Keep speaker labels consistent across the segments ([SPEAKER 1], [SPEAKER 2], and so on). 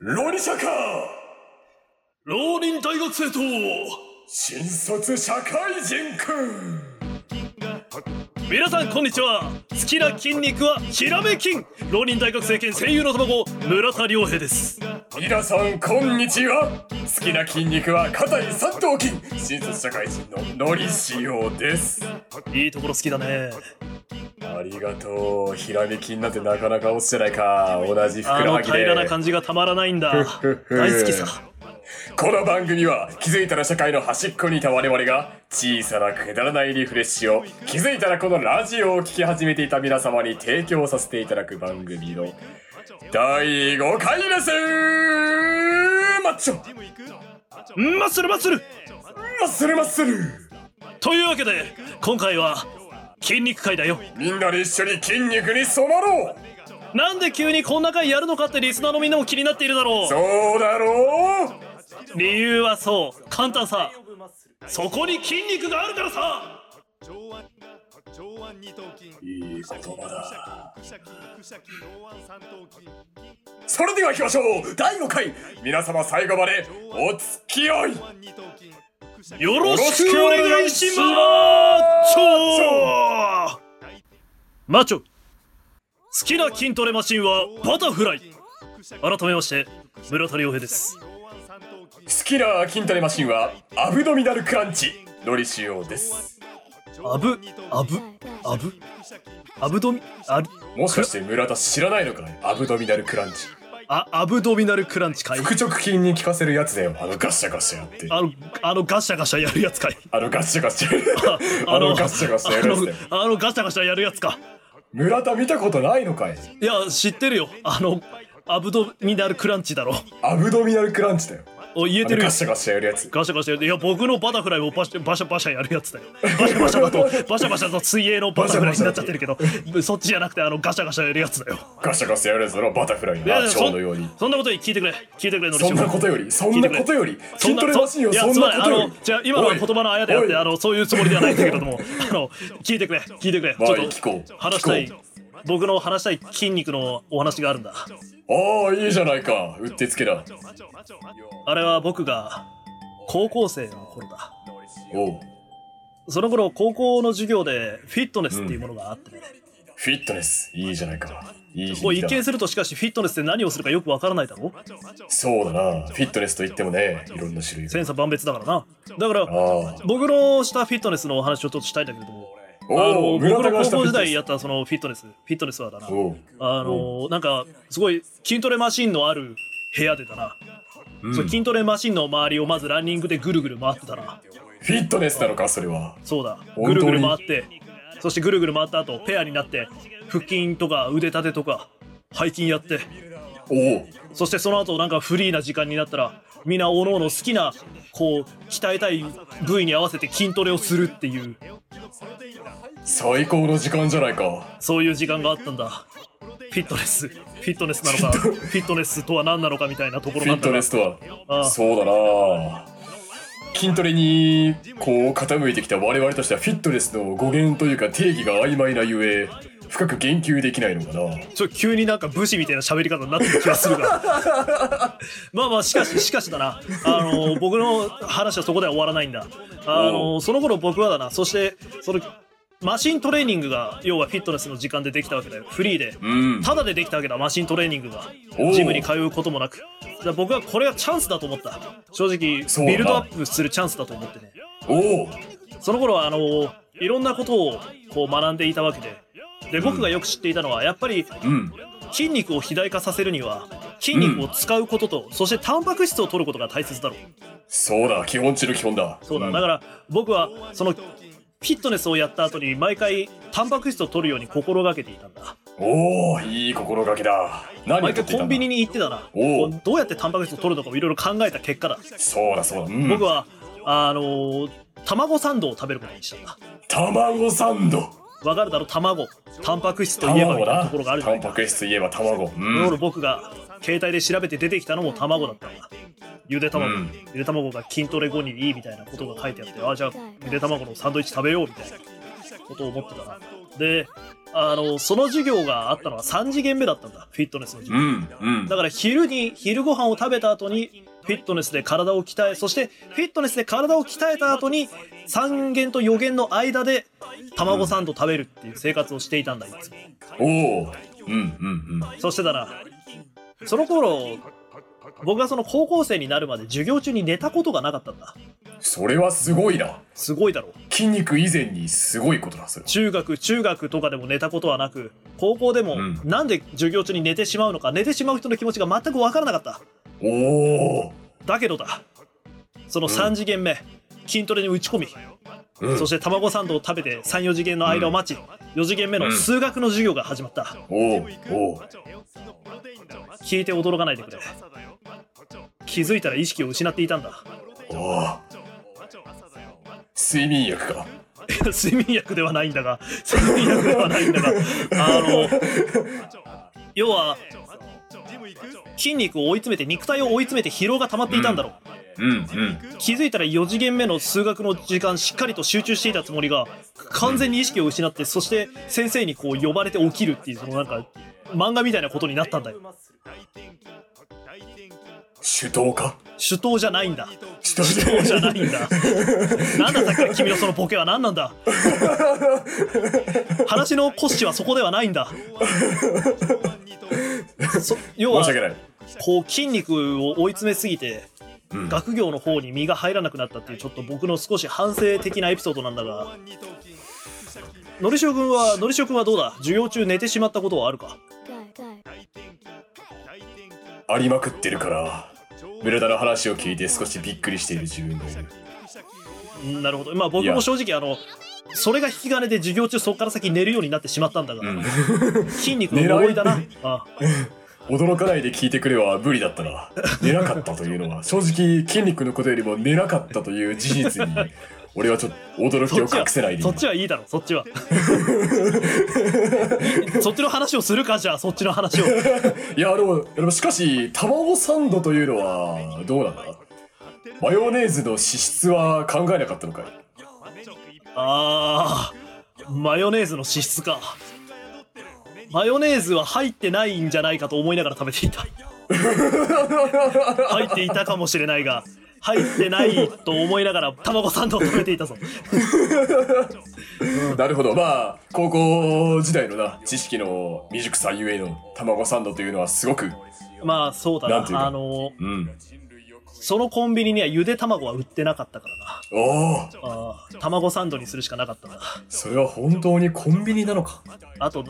[SPEAKER 1] ロニシャカ
[SPEAKER 2] 浪人大学生と
[SPEAKER 1] 新卒社会人くん
[SPEAKER 2] 皆さんこんにちは好きな筋肉はひらめきん浪人大学生兼声優の卵村田亮平です
[SPEAKER 1] 皆さんこんにちは好きな筋肉は肩に三頭筋新卒社会人ののりしおです
[SPEAKER 2] いいところ好きだね
[SPEAKER 1] ありがとうひらめきんなんてなかなか落ちてないか同じふく
[SPEAKER 2] あ
[SPEAKER 1] ら
[SPEAKER 2] の
[SPEAKER 1] はぎ
[SPEAKER 2] 平
[SPEAKER 1] で
[SPEAKER 2] らな感じがたまらないんだ
[SPEAKER 1] ふふ
[SPEAKER 2] 大好きさ
[SPEAKER 1] この番組は気づいたら社会の端っこにいた我々が小さなくだらないリフレッシュを気づいたらこのラジオを聴き始めていた皆様に提供させていただく番組の第5回ですマッチョ
[SPEAKER 2] マッスルマッスル
[SPEAKER 1] マッスルマッスル
[SPEAKER 2] というわけで今回は筋肉会だよ
[SPEAKER 1] みんなで一緒に筋肉に染まろう
[SPEAKER 2] なんで急にこんな会やるのかってリスナーのみんなも気になっているだろう
[SPEAKER 1] そうだろう
[SPEAKER 2] 理由はそう簡単さそこに筋肉があるからさ
[SPEAKER 3] 上腕が上腕二頭筋
[SPEAKER 1] いい言葉だ
[SPEAKER 3] くしゃきくしゃき上腕三頭筋
[SPEAKER 1] それでは行きましょう第5回皆様最後までお付き合い
[SPEAKER 3] 上腕二頭筋くしゃき
[SPEAKER 2] よろしくお願いしますマチョ好きな筋トレマシンはバタフライ
[SPEAKER 3] くしゃき
[SPEAKER 2] 改めまして村田亮平です
[SPEAKER 3] 上腕三頭筋
[SPEAKER 1] 好きな筋トレマシンはアブドミナルクランチのりしおです
[SPEAKER 2] アブアブアブアブドミアル
[SPEAKER 1] もしかして村田知らないのかアブドミナルクランチ
[SPEAKER 2] あアブドミナルクランチかい
[SPEAKER 1] 腹直筋に効かせるやつだよあのガシャガシャやって
[SPEAKER 2] あのあのガシャガシャやるやつかい
[SPEAKER 1] あのガシャガシャあのガシャガシャやるやつだよ
[SPEAKER 2] あのあのガシャガシャやるやつか
[SPEAKER 1] 村田見たことないのかい
[SPEAKER 2] いや知ってるよあのアブドミナルクランチだろ
[SPEAKER 1] アブドミナルクランチだよ
[SPEAKER 2] お言え
[SPEAKER 1] あの
[SPEAKER 2] てるよ
[SPEAKER 1] ガシャガシャやる やつ
[SPEAKER 2] ガシャガシャやるいや僕のバタフライをバシャバシャバシャやるやつだよバシャバシャだとバシャバシャだと水泳のバタフライになっちゃってるけどそっちじゃなくてあのガシャガシャやるやつだよ
[SPEAKER 1] ガシャガシャやるやつだろバタフライ
[SPEAKER 2] い
[SPEAKER 1] の
[SPEAKER 2] やい
[SPEAKER 1] ア
[SPEAKER 2] や
[SPEAKER 1] チョウのように
[SPEAKER 2] そそんなことに聞いてくれ聞いてくれのりしお
[SPEAKER 1] そんなことよりそんなことより
[SPEAKER 2] そ
[SPEAKER 1] 筋
[SPEAKER 2] んな
[SPEAKER 1] トレマシンよ
[SPEAKER 2] いや
[SPEAKER 1] そん
[SPEAKER 2] つまり
[SPEAKER 1] なことよ
[SPEAKER 2] あ
[SPEAKER 1] り
[SPEAKER 2] のじゃあ今のは言葉のあやであっ
[SPEAKER 1] おい
[SPEAKER 2] てあのそういうつもりではないんだけれどもあの聞いてくれ聞いてくれち
[SPEAKER 1] まあ
[SPEAKER 2] ょっ
[SPEAKER 1] 聞ことう
[SPEAKER 2] 話したい
[SPEAKER 1] 聞こ
[SPEAKER 2] 僕の話したい筋肉のお話があるんだ
[SPEAKER 1] おいああいいじゃないかうってつけだ
[SPEAKER 2] あれは僕が高校生の頃だ
[SPEAKER 1] おう
[SPEAKER 2] その頃高校の授業でフィットネスっていうものがあってね、
[SPEAKER 1] フィットネスいいじゃないかいい
[SPEAKER 2] も
[SPEAKER 1] 響
[SPEAKER 2] う一
[SPEAKER 1] きだ
[SPEAKER 2] 見するとしかしフィットネスって何をするかよくわからないだろ
[SPEAKER 1] そうだなフィットネスといってもねいろんな種類が
[SPEAKER 2] 千差万別だからなだから
[SPEAKER 1] ああ
[SPEAKER 2] 僕のしたフィットネスのお話をちょっとしたいんだけれどもあ
[SPEAKER 1] お
[SPEAKER 2] の
[SPEAKER 1] お
[SPEAKER 2] 僕の高校時代
[SPEAKER 1] や
[SPEAKER 2] やったそのフィットネスフィットネスはだな
[SPEAKER 1] おう
[SPEAKER 2] あのなんかすごい筋トレマシンのある部屋でだな、
[SPEAKER 1] うん
[SPEAKER 2] その筋トレマシンの周りをまずランニングでぐるぐる回ってたな
[SPEAKER 1] フィットネスなのかそれは
[SPEAKER 2] そうだ
[SPEAKER 1] 当に
[SPEAKER 2] ぐるぐる回ってそしてぐるぐる回った後ペアになって腹筋とか腕立てとか背筋やって
[SPEAKER 1] おお
[SPEAKER 2] そしてその後なんかフリーな時間になったらみんなおのおの好きなこう鍛えたい部位に合わせて筋トレをするっていう
[SPEAKER 1] 最高の時間じゃないか
[SPEAKER 2] そういう時間があったんだフィットネスフィットネスなのかフィットネスとは何なのかみたいなとこ
[SPEAKER 1] フ
[SPEAKER 2] ろ
[SPEAKER 1] ィ
[SPEAKER 2] なん
[SPEAKER 1] ッ
[SPEAKER 2] だ
[SPEAKER 1] ト
[SPEAKER 2] が
[SPEAKER 1] ネスと
[SPEAKER 2] あ
[SPEAKER 1] は
[SPEAKER 2] あ
[SPEAKER 1] そうだな筋トレにこう傾いてきた我々としてはフィットネスの語源というか定義が曖昧なゆえ深く言及できないのかな
[SPEAKER 2] ちょ急になんか武士みたいな喋り方になってる気がするが まあまあしかししかしだなあの僕の話はそこでは終わらないんだあのその頃僕はだなそしてそのマシントレーニングが要はフィットネスの時間でできたわけだよフリーで
[SPEAKER 1] うん
[SPEAKER 2] ただでできたわけだマシントレーニングが
[SPEAKER 1] おう
[SPEAKER 2] ジムに通うこともなくだから僕はこれがチャンスだと思った正直
[SPEAKER 1] そうだ
[SPEAKER 2] ビルドアップするチャンスだと思ってね
[SPEAKER 1] おお
[SPEAKER 2] その頃はあのいろんなことをこう学んでいたわけでで僕がよく知っていたのはやっぱり
[SPEAKER 1] うん
[SPEAKER 2] 筋肉を肥大化させるには筋肉を使うことと、そしてタンパク質を取ることが大切だろう
[SPEAKER 1] そうだ基本中の基本だ
[SPEAKER 2] そうだ、
[SPEAKER 1] ん
[SPEAKER 2] だから僕はそのフィットネスをやった後に毎回タンパク質を取るように心がけていたんだ
[SPEAKER 1] おおいい心がけだ何を
[SPEAKER 2] 毎
[SPEAKER 1] 取
[SPEAKER 2] 回
[SPEAKER 1] っていた
[SPEAKER 2] コ
[SPEAKER 1] ん
[SPEAKER 2] ン
[SPEAKER 1] だ
[SPEAKER 2] ビニに行ってたな
[SPEAKER 1] おう
[SPEAKER 2] こうどうやってタンパク質を取るのかをいろいろ考えた結果だ
[SPEAKER 1] そうだそうだ、うん、
[SPEAKER 2] 僕はあのー卵サンドを食べることにしたんだ
[SPEAKER 1] 卵サンド
[SPEAKER 2] わかるだろ卵タンパク質といえばみ
[SPEAKER 1] 卵
[SPEAKER 2] たいな
[SPEAKER 1] だ
[SPEAKER 2] ところがあるじゃ
[SPEAKER 1] タ
[SPEAKER 2] な
[SPEAKER 1] ン
[SPEAKER 2] い
[SPEAKER 1] パ
[SPEAKER 2] か
[SPEAKER 1] ク質といえば卵う
[SPEAKER 2] その頃
[SPEAKER 1] ん
[SPEAKER 2] 僕が携帯で調べて出てきたのも卵だったんだゆで卵、
[SPEAKER 1] うん
[SPEAKER 2] ゆで卵が筋トレ後にいいみたいなことが書いてあってあじゃあゆで卵のサンドイッチ食べようみたいなことを思ってたなであの、その授業があったのは3次元目だったんだ。フィットネスの授
[SPEAKER 1] う
[SPEAKER 2] 業。
[SPEAKER 1] ん、うん
[SPEAKER 2] だ。から昼に、昼ご飯を食べた後に、フィットネスで体を鍛え、そしてフィットネスで体を鍛えた後に、3元と4元の間で、卵サンド食べるっていう生活をしていたんだ、いつも。
[SPEAKER 1] おお。うん、うん、
[SPEAKER 2] そうしてたら、その頃、僕がその高校生になるまで授業中に寝たことがなかったんだ。
[SPEAKER 1] うん。それはすごいな。
[SPEAKER 2] すごいだろう。
[SPEAKER 1] 筋肉以前にすごいことだ、それは。
[SPEAKER 2] 中学中学とかでも寝たことはなく高校でも
[SPEAKER 1] うん
[SPEAKER 2] なんで授業中に寝てしまうのか、寝てしまう人の気持ちが全く分からなかった
[SPEAKER 1] おお。
[SPEAKER 2] だけどだその3次元目、筋トレに打ち込み、
[SPEAKER 1] うん
[SPEAKER 2] そして卵サンドを食べて34次元の間を待ち、4次元目の数学の授業が始まった、
[SPEAKER 1] おお。おお。
[SPEAKER 2] 聞いて驚かないでくれ気づいたら意識を失っていたんだ
[SPEAKER 1] おお。睡眠薬か。
[SPEAKER 2] 睡眠薬ではないんだが睡眠薬ではないんだがあの要は筋肉を追い詰めて肉体を追い詰めて疲労が溜まっていたんだろう、
[SPEAKER 1] うん、うん。
[SPEAKER 2] 気づいたら4次元目の数学の時間しっかりと集中していたつもりが完全に意識を失ってそして先生にこう呼ばれて起きるっていうそのなんか漫画みたいなことになったんだよ
[SPEAKER 1] 手動か。
[SPEAKER 2] 手刀じゃないんだ
[SPEAKER 1] 手動じゃ
[SPEAKER 2] じゃないんだなんだったっけ君のそのボケは何なんだ話の骨子はそこではないんだそ要
[SPEAKER 1] 申
[SPEAKER 2] は
[SPEAKER 1] し訳ない。
[SPEAKER 2] こう筋肉を追い詰めすぎて
[SPEAKER 1] うん。
[SPEAKER 2] 学業の方に身が入らなくなったっていうちょっと僕の少し反省的なエピソードなんだがのりしお君はのりしお君はどうだ授業中寝てしまったことはあるか
[SPEAKER 1] ありまくってるから。無駄な話を聞いて少しびっくりしている自分がいる。
[SPEAKER 2] なるほどまあ僕も正直あのそれが引き金で授業中そこから先寝るようになってしまったんだが、
[SPEAKER 1] うん。
[SPEAKER 2] 筋肉の呪い だな
[SPEAKER 1] 狙い
[SPEAKER 2] ああ
[SPEAKER 1] 驚かないで聞いてくれは無理だったな。寝なかったというのは、正直筋肉のことよりも寝なかったという事実に、俺はちょっと驚きを
[SPEAKER 2] そっち
[SPEAKER 1] 隠
[SPEAKER 2] は
[SPEAKER 1] せないでい
[SPEAKER 2] そ
[SPEAKER 1] る
[SPEAKER 2] っちはいいだろそ っちはそっちの話をするかじゃあそっちの話を
[SPEAKER 1] いや、でも、でもしかし、卵サンドというのは、どうなんだマヨネーズの脂質は考えなかったのかい
[SPEAKER 2] あーマヨネーズの脂質かマヨネーズは入ってないんじゃないかと思いながら食べていた入っていたかもしれないが入ってないと思いながら卵サンドを食べていたぞ
[SPEAKER 1] なるほど。まあ、高校時代のな、知識の未熟さゆえの卵サンドというのはすごく、
[SPEAKER 2] まあそうだ
[SPEAKER 1] なんていう
[SPEAKER 2] な
[SPEAKER 1] か
[SPEAKER 2] あの
[SPEAKER 1] うん。
[SPEAKER 2] そのコンビニにはゆで卵は売ってなかったからな
[SPEAKER 1] おお、
[SPEAKER 2] あー卵サンドにするしかなかったな
[SPEAKER 1] それは本当にコンビニなのか。
[SPEAKER 2] あと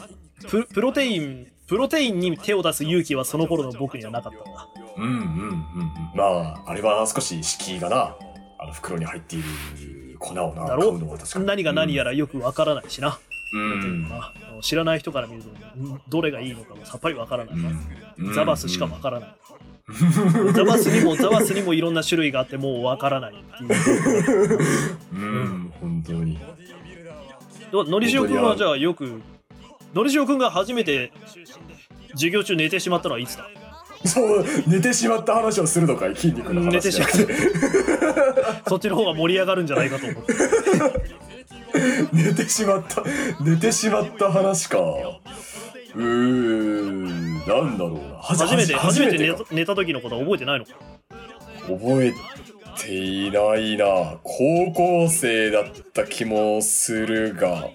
[SPEAKER 2] ププロテインプロテインに手を出す勇気はその頃の僕にはなかったな
[SPEAKER 1] うんうんうんうん。まあ、あれは少し敷居がな、あの袋に入っている粉をな、
[SPEAKER 2] だ
[SPEAKER 1] 買
[SPEAKER 2] ろ
[SPEAKER 1] うのは確かに。
[SPEAKER 2] 何が何やらよくわからないしな、
[SPEAKER 1] うん。
[SPEAKER 2] あの知らない人から見るとうんどれがいいのかもさっぱりわからないな、
[SPEAKER 1] うん
[SPEAKER 2] ザバスしかわからない、ザバスにもザバスにもいろんな種類があってもうわからないっていう
[SPEAKER 1] うん、本当に。
[SPEAKER 2] ののりしおくんはじゃあよくのりしおくんが初めて授業中寝てしまったのはいつだ
[SPEAKER 1] そう、寝てしまった話をするのかい筋肉の話。
[SPEAKER 2] 寝てしまったそっちの方が盛り上がるんじゃないかと思って
[SPEAKER 1] 寝てしまった寝てしまった話かうーんなんだろうなはじ
[SPEAKER 2] 初めて初め
[SPEAKER 1] 初
[SPEAKER 2] て寝
[SPEAKER 1] め
[SPEAKER 2] た
[SPEAKER 1] か
[SPEAKER 2] 寝た時のことは覚えてないのか
[SPEAKER 1] 覚えていないな高校生だった気もするがい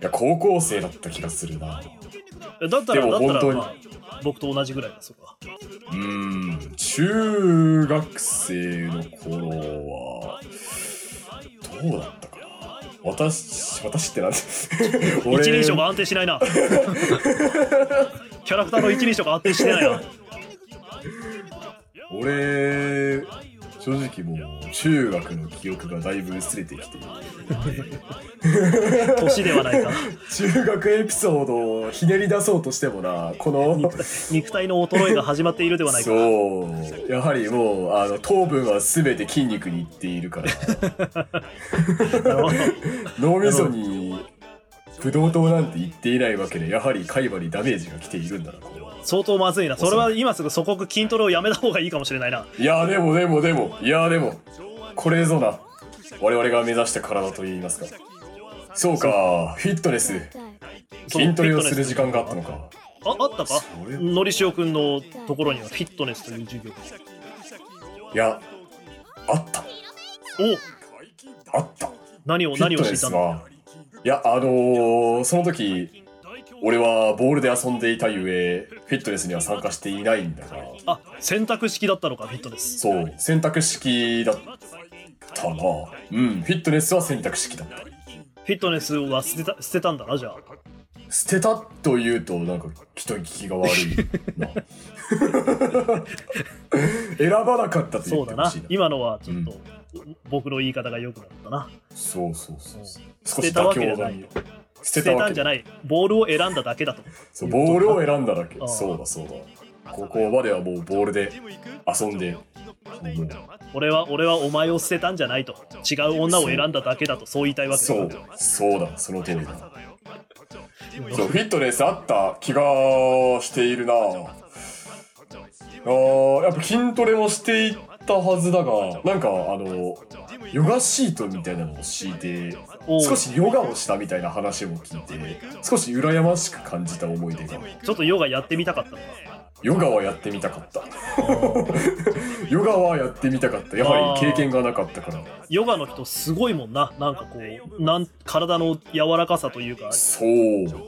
[SPEAKER 1] や高校生だった気がするな
[SPEAKER 2] だったら
[SPEAKER 1] でも
[SPEAKER 2] だ
[SPEAKER 1] 本
[SPEAKER 2] った
[SPEAKER 1] 当
[SPEAKER 2] ら、
[SPEAKER 1] に
[SPEAKER 2] まあ、僕と同じぐらいですか
[SPEAKER 1] うーん中学生の頃はどうだったかな私私 ってなんて俺
[SPEAKER 2] 一人称が安定しな いなキャラクターの一人称が安定してないな
[SPEAKER 1] 俺正直もう中学の記憶がだいぶ薄れてきている
[SPEAKER 2] 年ではないか
[SPEAKER 1] 中学エピソードをひねり出そうとしてもなこの
[SPEAKER 2] 肉体の衰えが始まっているではないか
[SPEAKER 1] そうやはりもうあの糖分は全て筋肉にいっている から
[SPEAKER 2] なるほど
[SPEAKER 1] 脳みそにブドウ糖なんて言っていないわけでやはり海馬にダメージが来ているんだなこれは
[SPEAKER 2] 相当まずいなそれは今すぐ祖国筋トレをやめた方がいいかもしれないない
[SPEAKER 1] やでもでもでもいやでもこれぞな我々が目指した体といいますかそうかフィットネス
[SPEAKER 2] その
[SPEAKER 1] 筋トレをする時間があったのか
[SPEAKER 2] ああったか
[SPEAKER 1] それは
[SPEAKER 2] のりしおくんのところにはフィットネスという授業が
[SPEAKER 1] いやあった
[SPEAKER 2] お
[SPEAKER 1] あった
[SPEAKER 2] 何
[SPEAKER 1] フ
[SPEAKER 2] を
[SPEAKER 1] ィ
[SPEAKER 2] 何
[SPEAKER 1] ット
[SPEAKER 2] をして
[SPEAKER 1] ネ
[SPEAKER 2] い
[SPEAKER 1] ス
[SPEAKER 2] たんだ
[SPEAKER 1] はいやあのー、その時俺はボールで遊んでいたゆえフィットネスには参加していないんだが
[SPEAKER 2] あ選択式だったのかフィットネス
[SPEAKER 1] そう選択式だったなうんフィットネスは選択式だった
[SPEAKER 2] フィットネスは捨てた捨てたんだなじゃあ
[SPEAKER 1] 捨てたというとなんか人聞きが悪い な選ばなかったと
[SPEAKER 2] そ
[SPEAKER 1] 言
[SPEAKER 2] う
[SPEAKER 1] って
[SPEAKER 2] だ
[SPEAKER 1] ほ
[SPEAKER 2] な
[SPEAKER 1] しいな
[SPEAKER 2] 今のはちょっと、僕の言い方が良くなったな
[SPEAKER 1] そうそうそうそう
[SPEAKER 2] 捨
[SPEAKER 1] 少して
[SPEAKER 2] たわ
[SPEAKER 1] 妥
[SPEAKER 2] けじゃ
[SPEAKER 1] 協
[SPEAKER 2] な
[SPEAKER 1] が
[SPEAKER 2] いよ
[SPEAKER 1] 捨てた
[SPEAKER 2] 捨てた
[SPEAKER 1] わ
[SPEAKER 2] ん
[SPEAKER 1] け
[SPEAKER 2] じゃないボールを選んだだけだと
[SPEAKER 1] そうボールを選んだだけ
[SPEAKER 2] ああ
[SPEAKER 1] そうだそうだここまではもうボールで遊んでもう
[SPEAKER 2] 俺は俺はお前を捨てたんじゃないと違う女を選んだだけだとそう言いたいわけだ
[SPEAKER 1] そうそうだその通りだ
[SPEAKER 2] うん
[SPEAKER 1] そうフィットネスあった気がしているなあーやっぱ筋トレもしていったはずだがなんかあのヨガシートみたいなのを敷いて
[SPEAKER 2] おう
[SPEAKER 1] 少しヨガをしたみたいな話も聞いて少し羨ましく感じた思い出が
[SPEAKER 2] ちょっとヨガやってみたかったのか
[SPEAKER 1] ヨガはやってみたかった ヨガはやってみたかったやはり経験がなかったから
[SPEAKER 2] ヨガの人すごいもんななんかこうなん体の柔らかさというか
[SPEAKER 1] そう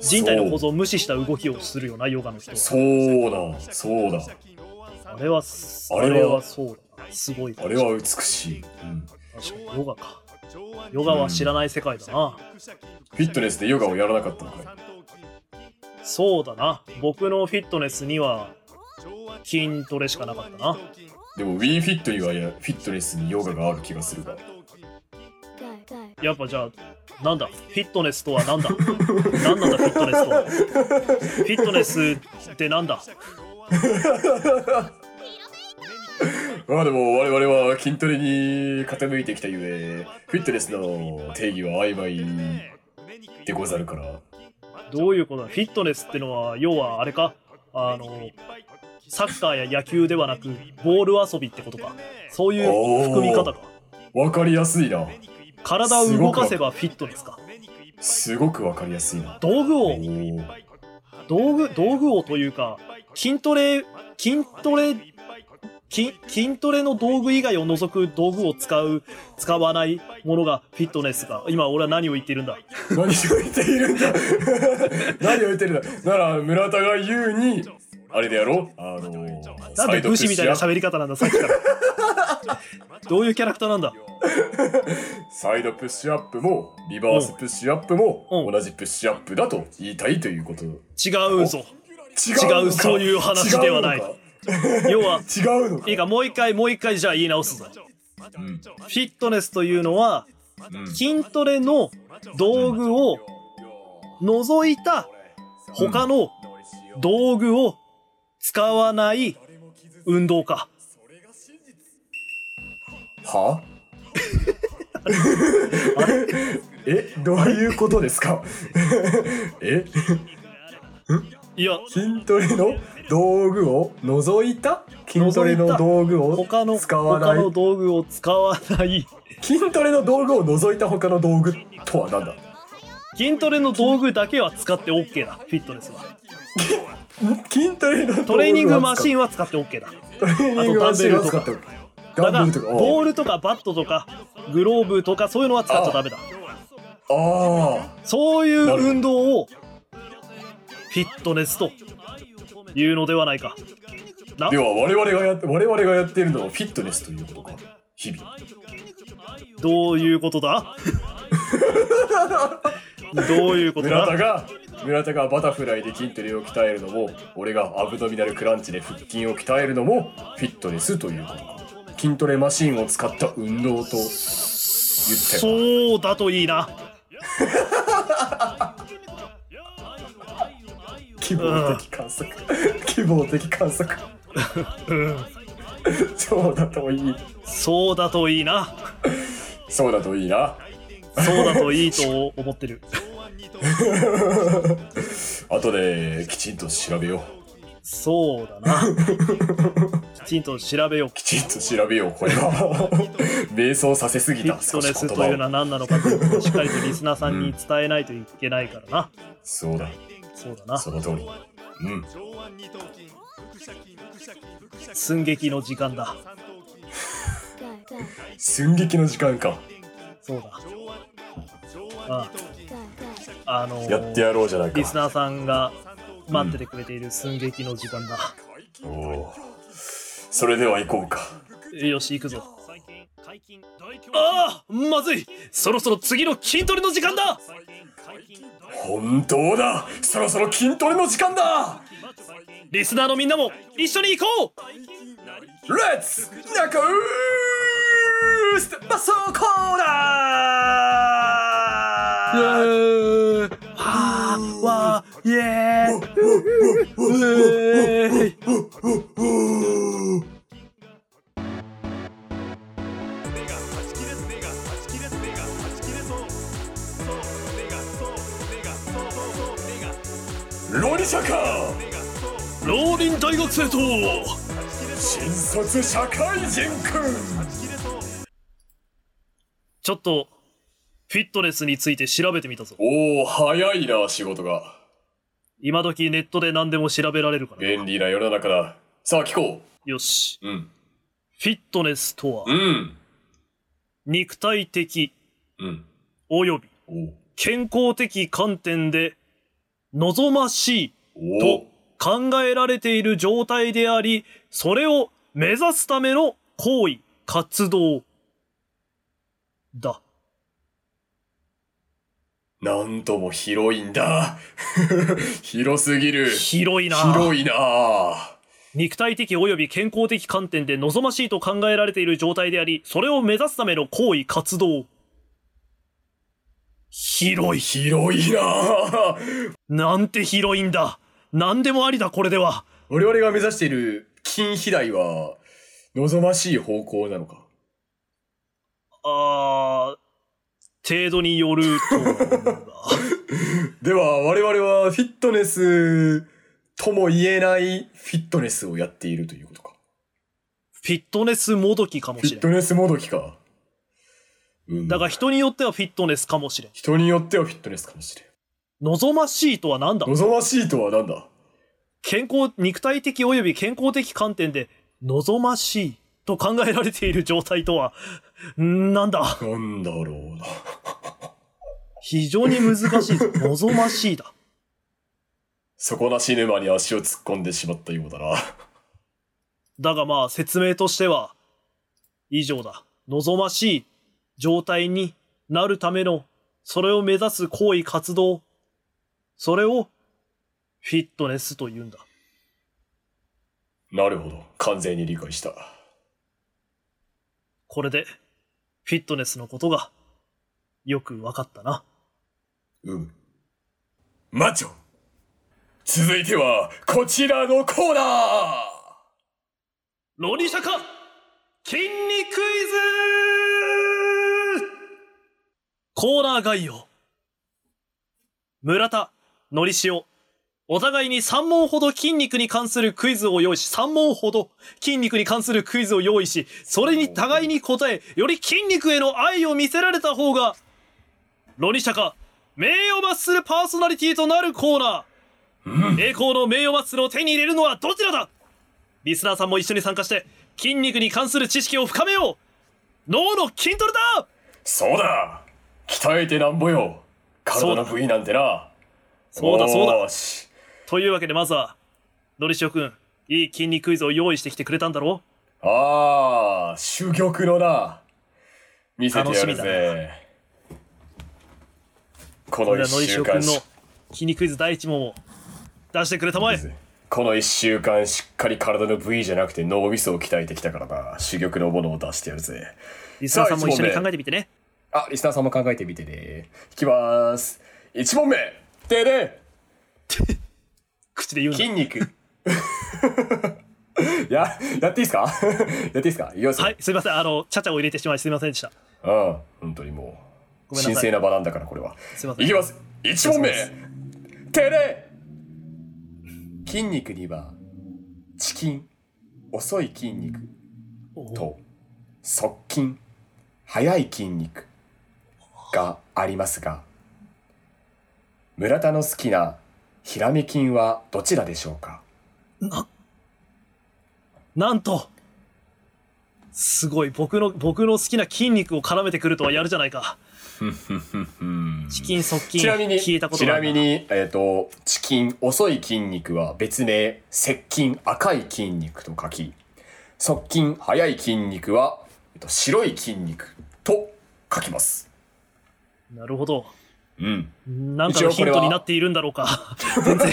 [SPEAKER 2] 人体の構造を無視した動きをするよなヨガの人は
[SPEAKER 1] そうだそうだ
[SPEAKER 2] あれは
[SPEAKER 1] あ
[SPEAKER 2] あ
[SPEAKER 1] れ
[SPEAKER 2] れ
[SPEAKER 1] は
[SPEAKER 2] はそうだなすごい
[SPEAKER 1] あれは美しい、うん
[SPEAKER 2] 確かにヨガかヨガは知らない世界だな、
[SPEAKER 1] フィットネスでヨガをやらなかったのかい
[SPEAKER 2] そうだな僕のフィットネスには筋トレしかなかったな
[SPEAKER 1] でも WeFit にはやフィットネスにヨガがある気がするが
[SPEAKER 4] go, go.
[SPEAKER 2] やっぱじゃあなんだフィットネスとはなんだ なんなんだフィットネスとはフィットネスってなんだ
[SPEAKER 1] まあでも我々は筋トレに傾いてきたゆえフィットネスの定義は曖昧でござるから
[SPEAKER 2] どういうことだフィットネスってのは要はあれかあのサッカーや野球ではなくボール遊びってことかそういう含み方か
[SPEAKER 1] わかりやすいな
[SPEAKER 2] 体を動かせばフィットネスか
[SPEAKER 1] すごくわかりやすいな
[SPEAKER 2] 道具
[SPEAKER 1] お
[SPEAKER 2] を
[SPEAKER 1] ー
[SPEAKER 2] 道具道具をというか筋トレ筋トレ筋筋トレの道具以外を除く道具を使う使わないものがフィットネスか今俺は何を言っているんだ
[SPEAKER 1] 何を言っているんだ 何を言ってるんだなら村田が言うにあれでやろうあのー、
[SPEAKER 2] なん
[SPEAKER 1] サイ
[SPEAKER 2] で
[SPEAKER 1] ドプ
[SPEAKER 2] 武
[SPEAKER 1] ッシ
[SPEAKER 2] 士みたいな
[SPEAKER 1] ュアップ
[SPEAKER 2] 喋り方なんださっきからどういうキャラクターなんだ
[SPEAKER 1] サイドプッシュアップもリバースプッシュアップも
[SPEAKER 2] うん
[SPEAKER 1] 同じプッシュアップだと言いたいということ
[SPEAKER 2] 違うぞ
[SPEAKER 1] 違
[SPEAKER 2] 違うそういう話ではない
[SPEAKER 1] 違うのか
[SPEAKER 2] 要は
[SPEAKER 1] 違うのか
[SPEAKER 2] いいかもう一回もう一回じゃあ言い直すぞ
[SPEAKER 1] うん
[SPEAKER 2] フィットネスというのは
[SPEAKER 1] うん
[SPEAKER 2] 筋トレの道具を除いた他の道具を使わない運動か
[SPEAKER 1] はえどういうことですか え
[SPEAKER 2] いや
[SPEAKER 1] 筋トレの道具を除いた筋トレの道具を
[SPEAKER 2] 他の
[SPEAKER 1] 使わな
[SPEAKER 2] 他の
[SPEAKER 1] い
[SPEAKER 2] 道具を使わない
[SPEAKER 1] 筋トレの道具を除いた他の道具とは何だ
[SPEAKER 2] 筋トレの道具だけは使って OK だフィットネスは
[SPEAKER 1] ん筋トレの道具は使う
[SPEAKER 2] トレーニングマシンは使って OK だ
[SPEAKER 1] トレーニングマシンは使っておく
[SPEAKER 2] だ
[SPEAKER 1] ダ
[SPEAKER 2] が
[SPEAKER 1] ンベルとか
[SPEAKER 2] ボー
[SPEAKER 1] ル
[SPEAKER 2] ルとかバットとかグローブとかそういうのは使っちゃダメだ
[SPEAKER 1] あ
[SPEAKER 2] そういう運動をフィットネスというのではないかな
[SPEAKER 1] あでは我々がやって我々がやっているのはフィットネスということか日 々
[SPEAKER 2] どういうことだどういう こと
[SPEAKER 1] 村田
[SPEAKER 2] だ
[SPEAKER 1] が村田がバタフライで筋トレを鍛えるのも俺がアブドミナルクランチで腹筋を鍛えるのもフィットネスということか筋トレマシンを使った運動と言ったよ
[SPEAKER 2] そうだといいな
[SPEAKER 1] 希望的観測 希望的観測
[SPEAKER 2] うん
[SPEAKER 1] そうだといい
[SPEAKER 2] そうだといいな
[SPEAKER 1] そうだといいな
[SPEAKER 2] そうだといいと思ってる
[SPEAKER 1] 後できちんと調べよう
[SPEAKER 2] そうだなきちんと調べよう。
[SPEAKER 1] きちんと調べよう、これ は。迷走させすぎ
[SPEAKER 2] フィ
[SPEAKER 1] た、
[SPEAKER 2] ッ
[SPEAKER 1] 少
[SPEAKER 2] トネ
[SPEAKER 1] し
[SPEAKER 2] ス
[SPEAKER 1] 言
[SPEAKER 2] という
[SPEAKER 1] 葉
[SPEAKER 2] のは
[SPEAKER 1] を。
[SPEAKER 2] 何なのかということをしっかりとリスナーさんに伝えないといけないからな。
[SPEAKER 1] そうだ、
[SPEAKER 2] そうだな
[SPEAKER 1] そ。の通り。うん。
[SPEAKER 3] 上腕二頭筋腹斜筋腹斜筋腹斜筋
[SPEAKER 2] 寸劇の時間だ。
[SPEAKER 3] 三頭筋
[SPEAKER 4] ガガ
[SPEAKER 1] 寸劇の時間か。
[SPEAKER 2] そうだ。
[SPEAKER 3] 上腕上腕
[SPEAKER 2] あ
[SPEAKER 3] 二頭筋
[SPEAKER 4] ガガ
[SPEAKER 2] あのー
[SPEAKER 1] やってやろうじゃない
[SPEAKER 2] リス
[SPEAKER 1] か。
[SPEAKER 2] ナーさんが待っててくれている寸劇の時間だ。
[SPEAKER 1] おおー。それでは行こうか。
[SPEAKER 2] よし、行くぞ。ああまずいそろそろ次の筋トレの時間だ
[SPEAKER 1] 本当だそろそろ筋トレの時間だ
[SPEAKER 2] リスナーのみんなも一緒に行こう
[SPEAKER 1] レッツナコースマッサーコーナー
[SPEAKER 2] わあわあイエーイ
[SPEAKER 1] ロリシャカ
[SPEAKER 2] 老林大学生と
[SPEAKER 1] 新卒社会人くん
[SPEAKER 2] ちょっとフィットネスについて調べてみたぞ
[SPEAKER 1] おお早いな仕事が
[SPEAKER 2] 今時ネットで何でも調べられるから
[SPEAKER 1] 便利な世の中ださあ聞こ
[SPEAKER 2] よし
[SPEAKER 1] ううん
[SPEAKER 2] フィットネスと
[SPEAKER 1] う
[SPEAKER 2] は
[SPEAKER 1] ん
[SPEAKER 2] 肉体的
[SPEAKER 1] うん
[SPEAKER 2] および
[SPEAKER 1] お
[SPEAKER 2] 健康的観点で望ましい
[SPEAKER 1] お
[SPEAKER 2] と考えられている状態であり、それを目指すための行為、活動だ。
[SPEAKER 1] なんとも広いんだ 広すぎる
[SPEAKER 2] 広いな
[SPEAKER 1] 広いな
[SPEAKER 2] 肉体的及び健康的観点で望ましいと考えられている状態であり、それを目指すための行為、活動。広い。
[SPEAKER 1] 広いな
[SPEAKER 2] なんて広いんだ。何でもありだ、これでは。
[SPEAKER 1] 我々が目指している金肥大は望ましい方向なのか
[SPEAKER 2] あー、程度による と思うんだ。
[SPEAKER 1] では我々はフィットネスとも言えないフィットネスをやっているということか
[SPEAKER 2] フィットネスもどきかも
[SPEAKER 1] フ
[SPEAKER 2] し
[SPEAKER 1] ィッ
[SPEAKER 2] れな
[SPEAKER 1] ト
[SPEAKER 2] い。
[SPEAKER 1] ネスもどきか、うん、
[SPEAKER 2] だが人によってはフィットネスかもしれん。
[SPEAKER 1] 人によってはフィットネスかもしれん
[SPEAKER 2] 望ましいとは何だ
[SPEAKER 1] 望ましいとは何だ
[SPEAKER 2] 健康、肉体的及び健康的観点で望ましいと考えられている状態とは、んなんだ
[SPEAKER 1] なんだろうな
[SPEAKER 2] 非常に難しいぞ。望ましいだ。
[SPEAKER 1] 底なし沼に足を突っ込んでしまったようだな
[SPEAKER 2] だがまあ説明としては、以上だ。望ましい状態になるための、それを目指す行為活動、それをフィットネスと言うんだ。
[SPEAKER 1] なるほど完全に理解した
[SPEAKER 2] これで、フィットネスのことが、よくわかったな。
[SPEAKER 1] うんマッチョ続いてはこちらのコーナー
[SPEAKER 2] ロニシャカ筋肉クイズコーナー概要村田、のりしお、お互いに3問ほど筋肉に関するクイズを用意し、3問ほど筋肉に関するクイズを用意し、それに互いに答え、より筋肉への愛を見せられた方が、ロニシャカ、名誉マッスルパーソナリティとなるコーナー。栄光の名誉マッスルを手に入れるのはどちらだリスナーさんも一緒に参加して、筋肉に関する知識を深めよう脳の筋トレだ
[SPEAKER 1] そうだ鍛えてなんぼよ体の部位なんてな
[SPEAKER 2] そうだそうだ
[SPEAKER 1] よーし
[SPEAKER 2] というわけでまずは、のりしおくん、いい筋肉クイズを用意してきてくれたんだろ
[SPEAKER 1] ああ珠玉のな見せてやる
[SPEAKER 2] 楽しみ
[SPEAKER 1] ぜこ
[SPEAKER 2] そ
[SPEAKER 1] の
[SPEAKER 2] れ
[SPEAKER 1] 一
[SPEAKER 2] ではのりし
[SPEAKER 1] 週
[SPEAKER 2] おくん
[SPEAKER 1] 間
[SPEAKER 2] の
[SPEAKER 1] し
[SPEAKER 2] 筋肉クイズ第1問を出してくれたまえ。
[SPEAKER 1] この一週間しっかり体の部位じゃなくて脳みそを鍛えてきたからな珠玉のものを出してやるぜ
[SPEAKER 2] リスナーさんも一緒に考えてみてね。
[SPEAKER 1] あ、リスナーさんも考えてみてね。引きます。1問目でで
[SPEAKER 2] 口で言うんだ
[SPEAKER 1] 筋。肉。 や、やっていいですかやっていいですかいきますよ
[SPEAKER 2] はい、すいません。あの、ちゃちゃを入れてしまいすいませんでした。
[SPEAKER 1] うん、本当にもう。
[SPEAKER 2] ごめんなさい
[SPEAKER 1] 神聖な場なんだから、これは。
[SPEAKER 2] すいません
[SPEAKER 1] いきます。1問目
[SPEAKER 2] お願いし
[SPEAKER 1] てれ筋肉には、チキン、遅い筋肉
[SPEAKER 2] お
[SPEAKER 1] と側筋速い筋肉がありますが村田の好きなヒラメ筋はどちらでしょうか
[SPEAKER 2] なんとすごい僕の僕の好きな筋肉を絡めてくるとはやるじゃないかチキン側筋
[SPEAKER 1] ちなみに
[SPEAKER 2] 聞いたこと
[SPEAKER 1] ち
[SPEAKER 2] があ
[SPEAKER 1] な
[SPEAKER 2] る
[SPEAKER 1] みに、えー、とチキン遅い筋肉は別名接近赤い筋肉と書き側近速い筋肉は、えーと白い筋肉と書きます。
[SPEAKER 2] なるほど
[SPEAKER 1] うん、
[SPEAKER 2] なんか
[SPEAKER 1] 一応
[SPEAKER 2] の
[SPEAKER 1] こ
[SPEAKER 2] ヒ
[SPEAKER 1] れ
[SPEAKER 2] ン
[SPEAKER 1] は
[SPEAKER 2] トになっているんだろうか全然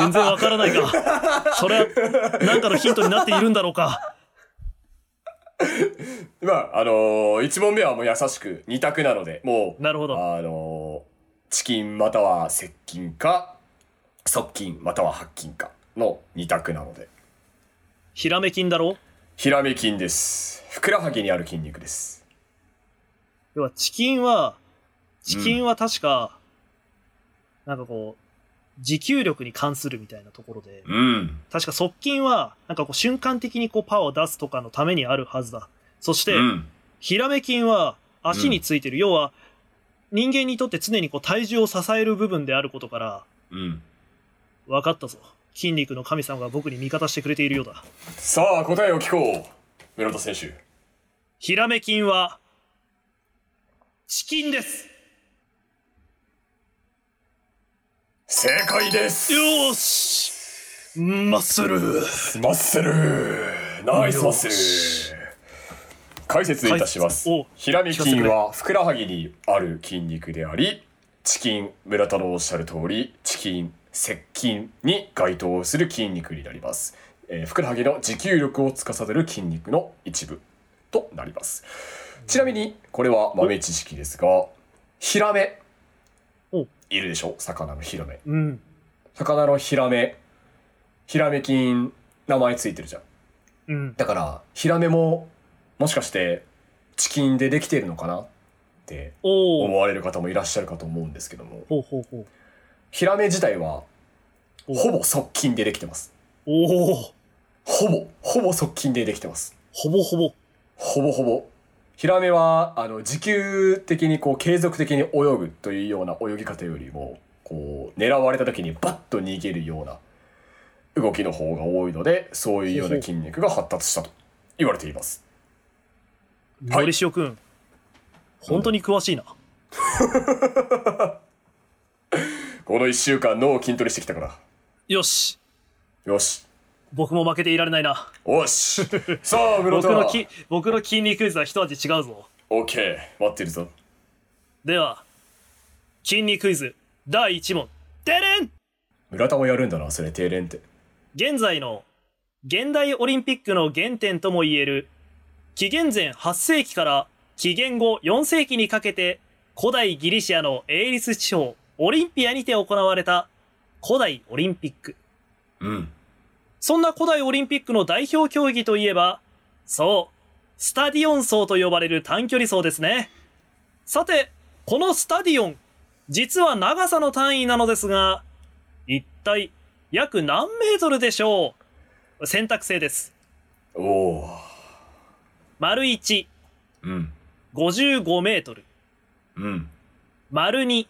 [SPEAKER 2] 全然わからないがそれはなんかのヒントになっているんだろうか
[SPEAKER 1] まああのー、1問目はもう優しく2択なのでもう
[SPEAKER 2] なるほど
[SPEAKER 1] あのーチキンまたは接近か側近または白筋かの2択なので
[SPEAKER 2] ひらめ筋だろ
[SPEAKER 1] ひらめ筋ですふくらはぎにある筋肉です
[SPEAKER 2] 要はチキンはチキンは確か、なんかこう持久力に関するみたいなところで、
[SPEAKER 1] うん
[SPEAKER 2] 確か側筋はなんかこう瞬間的にこうパワーを出すとかのためにあるはずだそして、
[SPEAKER 1] うん
[SPEAKER 2] ヒラメ筋は足についてる、要は人間にとって常にこう体重を支える部分であることから
[SPEAKER 1] うん
[SPEAKER 2] 分かったぞ筋肉の神様が僕に味方してくれているようだ
[SPEAKER 1] さあ答えを聞こう室田選手
[SPEAKER 2] ヒラメ筋はチキンです
[SPEAKER 1] 正解です
[SPEAKER 2] よーしマッスル
[SPEAKER 1] マッスルナイスマッ
[SPEAKER 2] よ
[SPEAKER 1] ス
[SPEAKER 2] し
[SPEAKER 1] ル解説いたします
[SPEAKER 2] 解説お
[SPEAKER 1] ひらめ筋はふくらはぎにある筋肉でありチキン村田のおっしゃる通りチキン接近に該当する筋肉になります、えーふくらはぎの持久力を司る筋肉の一部となりますちなみにこれは豆知識ですがヒラメ
[SPEAKER 2] お
[SPEAKER 1] いるでしょ魚のヒラメ
[SPEAKER 2] うん
[SPEAKER 1] 魚のヒラメヒラメ菌名前ついてるじゃん
[SPEAKER 2] うん
[SPEAKER 1] だからヒラメももしかしてチキンでできているのかなって
[SPEAKER 2] お
[SPEAKER 1] 思
[SPEAKER 2] お
[SPEAKER 1] われる方もいらっしゃるかと思うんですけども
[SPEAKER 2] ほうほうほう
[SPEAKER 1] ヒラメ自体は
[SPEAKER 2] お
[SPEAKER 1] ほぼ側近でできてます
[SPEAKER 2] おお
[SPEAKER 1] ほぼほぼ側近でできてます
[SPEAKER 2] ほぼほぼ
[SPEAKER 1] ほぼほぼヒラメはあの持久的にこう継続的に泳ぐというような泳ぎ方よりもこう狙われた時にバッと逃げるような動きの方が多いのでそういうような筋肉が発達したと言われていますはい
[SPEAKER 2] のりしおくん本当に詳しいな、
[SPEAKER 1] この1週間の筋トレしてきたから
[SPEAKER 2] よし
[SPEAKER 1] よし
[SPEAKER 2] 僕も負けていられないな
[SPEAKER 1] よしさあ室
[SPEAKER 2] 僕
[SPEAKER 1] 田
[SPEAKER 2] のき僕の筋肉クイズは一味違うぞ
[SPEAKER 1] OK 待ってるぞ
[SPEAKER 2] では筋肉クイズ第1問でれん
[SPEAKER 1] 村田もやるんだなそれ定連って
[SPEAKER 2] 現在の現代オリンピックの原点ともいえる紀元前8世紀から紀元後4世紀にかけて古代ギリシアのエーリス地方オリンピアにて行われた古代オリンピック
[SPEAKER 1] うん
[SPEAKER 2] そんな古代オリンピックの代表競技といえば、そう、スタディオン走と呼ばれる短距離走ですね。さて、このスタディオン、実は長さの単位なのですが、一体約何メートルでしょう選択制です。
[SPEAKER 1] おお
[SPEAKER 2] 丸1、
[SPEAKER 1] うん
[SPEAKER 2] 55メートル。
[SPEAKER 1] うん
[SPEAKER 2] 丸2、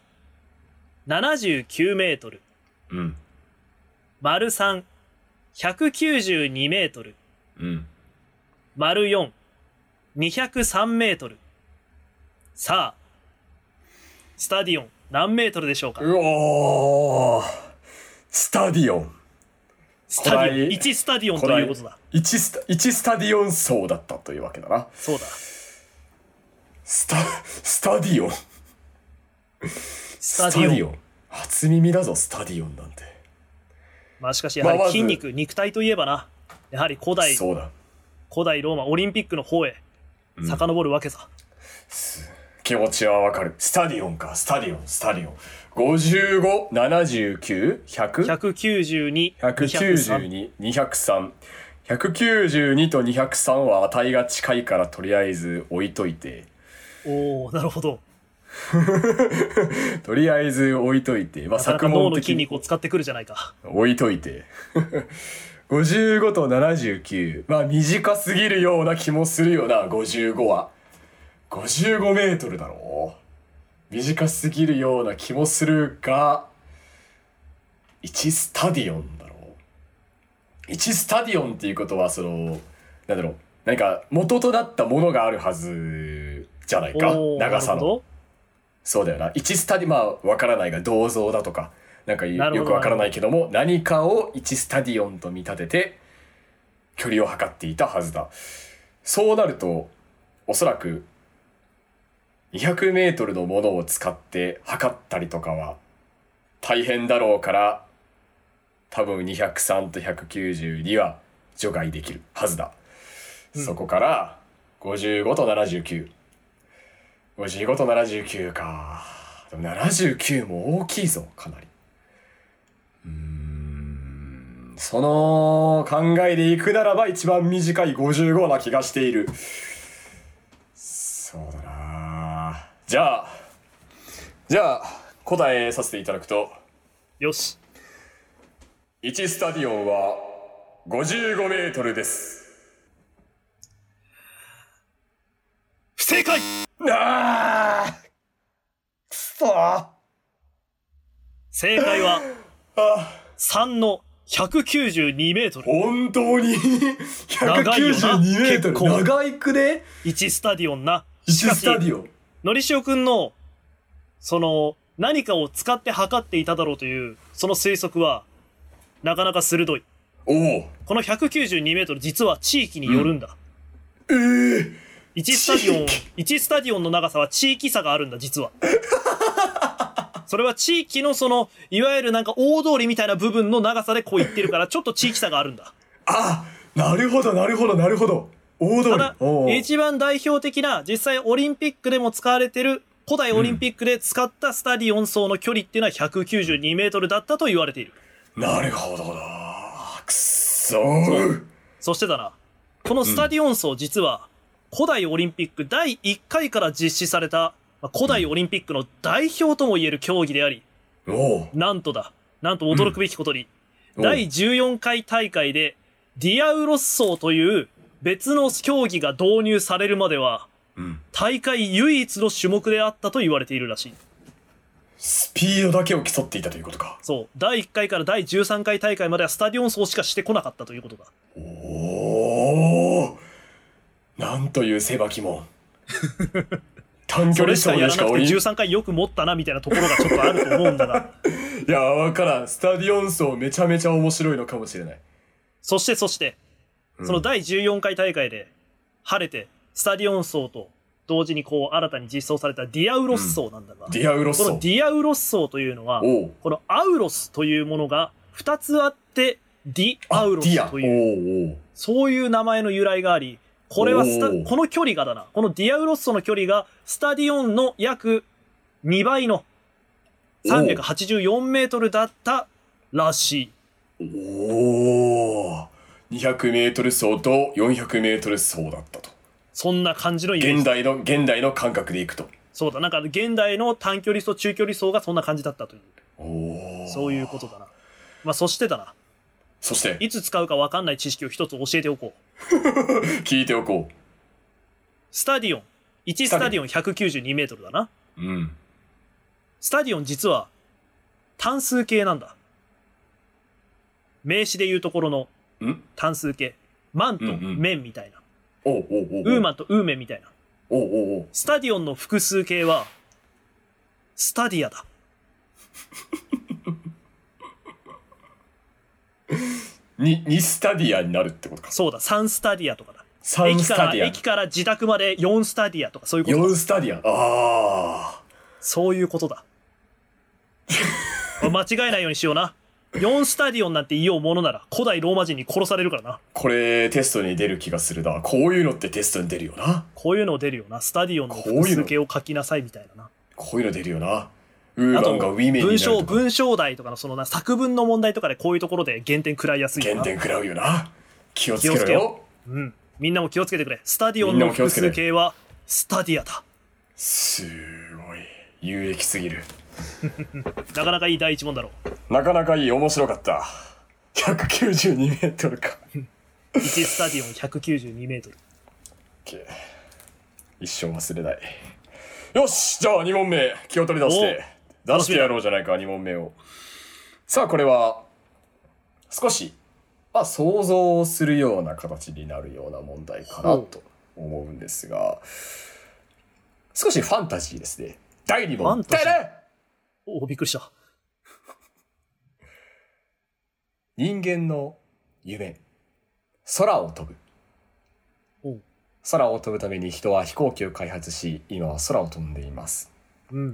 [SPEAKER 2] 79メートル。
[SPEAKER 1] うん
[SPEAKER 2] 丸3、192メートル。
[SPEAKER 1] うん
[SPEAKER 2] 丸4、203メートル。さあ、スタディオン何メートルでしょうか
[SPEAKER 1] うおースタディオン
[SPEAKER 2] スタディオン、
[SPEAKER 1] 古代
[SPEAKER 2] 1スタディオンということだ。
[SPEAKER 1] 1スタ一スタディオン層だったというわけだな
[SPEAKER 2] そうだ。
[SPEAKER 1] スタスタディオンス
[SPEAKER 2] タディオン
[SPEAKER 1] 初耳だぞスタディオンなんて
[SPEAKER 2] まあしかし、やは
[SPEAKER 1] まあ
[SPEAKER 2] り
[SPEAKER 1] まず
[SPEAKER 2] 筋肉、肉体といえばな、やはり古代、古
[SPEAKER 1] そうだ
[SPEAKER 2] 代ローマ、オリンピックの方へ遡るわけさ。
[SPEAKER 1] 気持ちはわかるスタディオンかスタディオンスタディオン5579100
[SPEAKER 2] 192、203。
[SPEAKER 1] 192203192と203は値が近いからとりあえず置いといて
[SPEAKER 2] おおなるほど。
[SPEAKER 1] とりあえず置いといて、まあ、
[SPEAKER 2] なかな
[SPEAKER 1] 作
[SPEAKER 2] か脳
[SPEAKER 1] 文
[SPEAKER 2] の
[SPEAKER 1] 的
[SPEAKER 2] 筋
[SPEAKER 1] に
[SPEAKER 2] 肉を使ってくるじゃないか。
[SPEAKER 1] 置いといて55と79まあ短すぎるような気もするよな55は55メートルだろう短すぎるような気もするが1スタディオンだろう1スタディオンっていうことはそのなんだろう何か元となったものがあるはずじゃないか
[SPEAKER 2] おー
[SPEAKER 1] 長さ
[SPEAKER 2] なる
[SPEAKER 1] の
[SPEAKER 2] ほど
[SPEAKER 1] そうだよな。1スタディ、まあ、わからないが、銅像だとか、なんか
[SPEAKER 2] なるほど
[SPEAKER 1] よくわからないけども、何かを1スタディオンと見立てて、距離を測っていたはずだ。そうなると、おそらく、200メートルのものを使って測ったりとかは、大変だろうから、多分203と192は除外できるはずだ。
[SPEAKER 2] うん
[SPEAKER 1] そこから、55と79。55と79か。でも79も大きいぞ、かなり。うーん。その考えでいくならば一番短い55な気がしている。そうだなじゃあ、じゃあ、答えさせていただくと、
[SPEAKER 2] よし
[SPEAKER 1] 1スタディオンは55メートルです。
[SPEAKER 2] 不正解
[SPEAKER 1] なあくそあ
[SPEAKER 2] 正解は
[SPEAKER 1] あ
[SPEAKER 2] 3の192メートル
[SPEAKER 1] 本当に
[SPEAKER 2] 長いよな
[SPEAKER 1] 192メート
[SPEAKER 2] 結
[SPEAKER 1] ル
[SPEAKER 2] 構
[SPEAKER 1] 長いくね
[SPEAKER 2] 1スタディオンな
[SPEAKER 1] 1
[SPEAKER 2] しか
[SPEAKER 1] ス
[SPEAKER 2] し
[SPEAKER 1] タディオン
[SPEAKER 2] のりしおくんのその何かを使って測っていただろうというその推測はなかなか鋭い
[SPEAKER 1] おお
[SPEAKER 2] この192メートル実は地域によるんだ、
[SPEAKER 1] えー、
[SPEAKER 2] 1スタディオン
[SPEAKER 1] 地
[SPEAKER 2] 1スタディオンの長さは地域差があるんだ 実はそれは地域のそのいわゆるなんか大通りみたいな部分の長さでこう言ってるからちょっと地域差があるんだ
[SPEAKER 1] あなるほどなるほどなるほど大通り
[SPEAKER 2] ただ
[SPEAKER 1] おう
[SPEAKER 2] 一番代表的な実際オリンピックでも使われてる古代オリンピックで使ったスタディオン層の距離っていうのは192メートルだったと言われている
[SPEAKER 1] なるほどなくっそー
[SPEAKER 2] そしてだなこのスタディオン層実は古代オリンピック第1回から実施されたまあ古代オリンピックの代表ともいえる競技であり
[SPEAKER 1] おう
[SPEAKER 2] なんとだなんと驚くべきことに、
[SPEAKER 1] うん
[SPEAKER 2] 第14回大会でディアウロッソーという別の競技が導入されるまでは
[SPEAKER 1] うん
[SPEAKER 2] 大会唯一の種目であったと言われているらしい
[SPEAKER 1] スピードだけを競っていたということか
[SPEAKER 2] そう第1回から第13回大会まではスタディオン層しかしてこなかったということだ
[SPEAKER 1] おおなんという狭き 門短距
[SPEAKER 2] そ
[SPEAKER 1] 離
[SPEAKER 2] れし
[SPEAKER 1] 走
[SPEAKER 2] かや
[SPEAKER 1] で
[SPEAKER 2] ら
[SPEAKER 1] し
[SPEAKER 2] な
[SPEAKER 1] か
[SPEAKER 2] く
[SPEAKER 1] オ
[SPEAKER 2] て
[SPEAKER 1] リン
[SPEAKER 2] 13回よく持ったなみたいなところがちょっとあると思うんだが
[SPEAKER 1] いやわからんスタディオン走めちゃめちゃ面白いのかもしれない
[SPEAKER 2] そしてそしてその第14回大会で晴れてスタディオン層と同時にこう新たに実装されたディアウロス層なんだが、
[SPEAKER 1] ディアウロッ
[SPEAKER 2] この
[SPEAKER 1] ソ
[SPEAKER 2] ディアウロス層というのは
[SPEAKER 1] おう
[SPEAKER 2] このアウロスというものが2つあってディアウロ
[SPEAKER 1] ディ
[SPEAKER 2] ス
[SPEAKER 1] アお
[SPEAKER 2] と
[SPEAKER 1] う
[SPEAKER 2] いう
[SPEAKER 1] おう
[SPEAKER 2] そういう名前の由来があり、これはスタ、
[SPEAKER 1] おー
[SPEAKER 2] この距離がだな。このディアウロッソの距離が、スタディオンの約2倍の384メートルだったらしい。
[SPEAKER 1] おお 200m 走と 400m 走だったと
[SPEAKER 2] そんな感じのイメー
[SPEAKER 1] 現
[SPEAKER 2] ジ。
[SPEAKER 1] 代の現代の感覚でいくと
[SPEAKER 2] そうだ。なんか現代の短距離走、中距離走がそんな感じだったという。
[SPEAKER 1] おお
[SPEAKER 2] そういうことだな。まあ、そしてだな。
[SPEAKER 1] そして
[SPEAKER 2] いつ使うかわかんない知識を一つ教えておこう。
[SPEAKER 1] 聞いておこ
[SPEAKER 2] スタディオン。1スタディオン192メートルだな。
[SPEAKER 1] ううん
[SPEAKER 2] スタディオン実は単数形なんだ。名詞で言うところの
[SPEAKER 1] ん
[SPEAKER 2] 単数形。マンと
[SPEAKER 1] うんうん
[SPEAKER 2] 面みたいな。
[SPEAKER 1] おうおうおうお
[SPEAKER 2] ウー
[SPEAKER 1] う
[SPEAKER 2] マンとウーメンみたいな。
[SPEAKER 1] おうおうおう
[SPEAKER 2] スタディオンの複数形は、スタディアだ。
[SPEAKER 1] に2スタディアになるってことか
[SPEAKER 2] そうだ、3スタディアとかだ。
[SPEAKER 1] 3
[SPEAKER 2] 駅
[SPEAKER 1] ス
[SPEAKER 2] か
[SPEAKER 1] タ
[SPEAKER 2] ら、
[SPEAKER 1] ディア
[SPEAKER 2] 駅から自宅まで4スタディアとかそういうことだ
[SPEAKER 1] 4スタディアああ
[SPEAKER 2] そういうことだ。 間違えないようにしような。4スタディオンなんて言おうものなら、古代ローマ人に殺されるからな。
[SPEAKER 1] これテストに出る気がするなこういうのってテストに出るよな
[SPEAKER 2] こういうの出るよな。スタディオンの
[SPEAKER 1] こういうの
[SPEAKER 2] 複数形を書きなさいみたいなな。
[SPEAKER 1] こういうの出るよなウー
[SPEAKER 2] あ
[SPEAKER 1] マ
[SPEAKER 2] と
[SPEAKER 1] ンがウィメンにな
[SPEAKER 2] 文
[SPEAKER 1] ると
[SPEAKER 2] 章、
[SPEAKER 1] か
[SPEAKER 2] 文章題とかのそのな作文の問題とかでこういうところで減点食らいやすいよ
[SPEAKER 1] 原
[SPEAKER 2] な
[SPEAKER 1] 点食らうよな気をつけ
[SPEAKER 2] 気をつ
[SPEAKER 1] ろ
[SPEAKER 2] け
[SPEAKER 1] よ
[SPEAKER 2] ようん。みんなも気をつけてくれ。スタディオン
[SPEAKER 1] みんな
[SPEAKER 2] の
[SPEAKER 1] も気を
[SPEAKER 2] 複
[SPEAKER 1] つけて
[SPEAKER 2] 数形はスタディアだ。
[SPEAKER 1] すごい有益すぎる
[SPEAKER 2] なかなかいい第一問だろう。
[SPEAKER 1] なかなかいい面白かった192メートルか。
[SPEAKER 2] 1スタディオン192メートル。
[SPEAKER 1] OK 一生忘れない。よしじゃあ2問目、気を取り出して、
[SPEAKER 2] お
[SPEAKER 1] 出してやろうじゃないか、2問目を。さあ、これは、少し、まあ、想像するような形になるような問題かなと思うんですが、少しファンタジーですね。第2問。
[SPEAKER 2] ファンタジー
[SPEAKER 1] てれ
[SPEAKER 2] おお、びっくりした。
[SPEAKER 1] 人間の夢空を飛ぶ
[SPEAKER 2] おう
[SPEAKER 1] 空を飛ぶために人は飛行機を開発し今は空を飛んでいます
[SPEAKER 2] うん。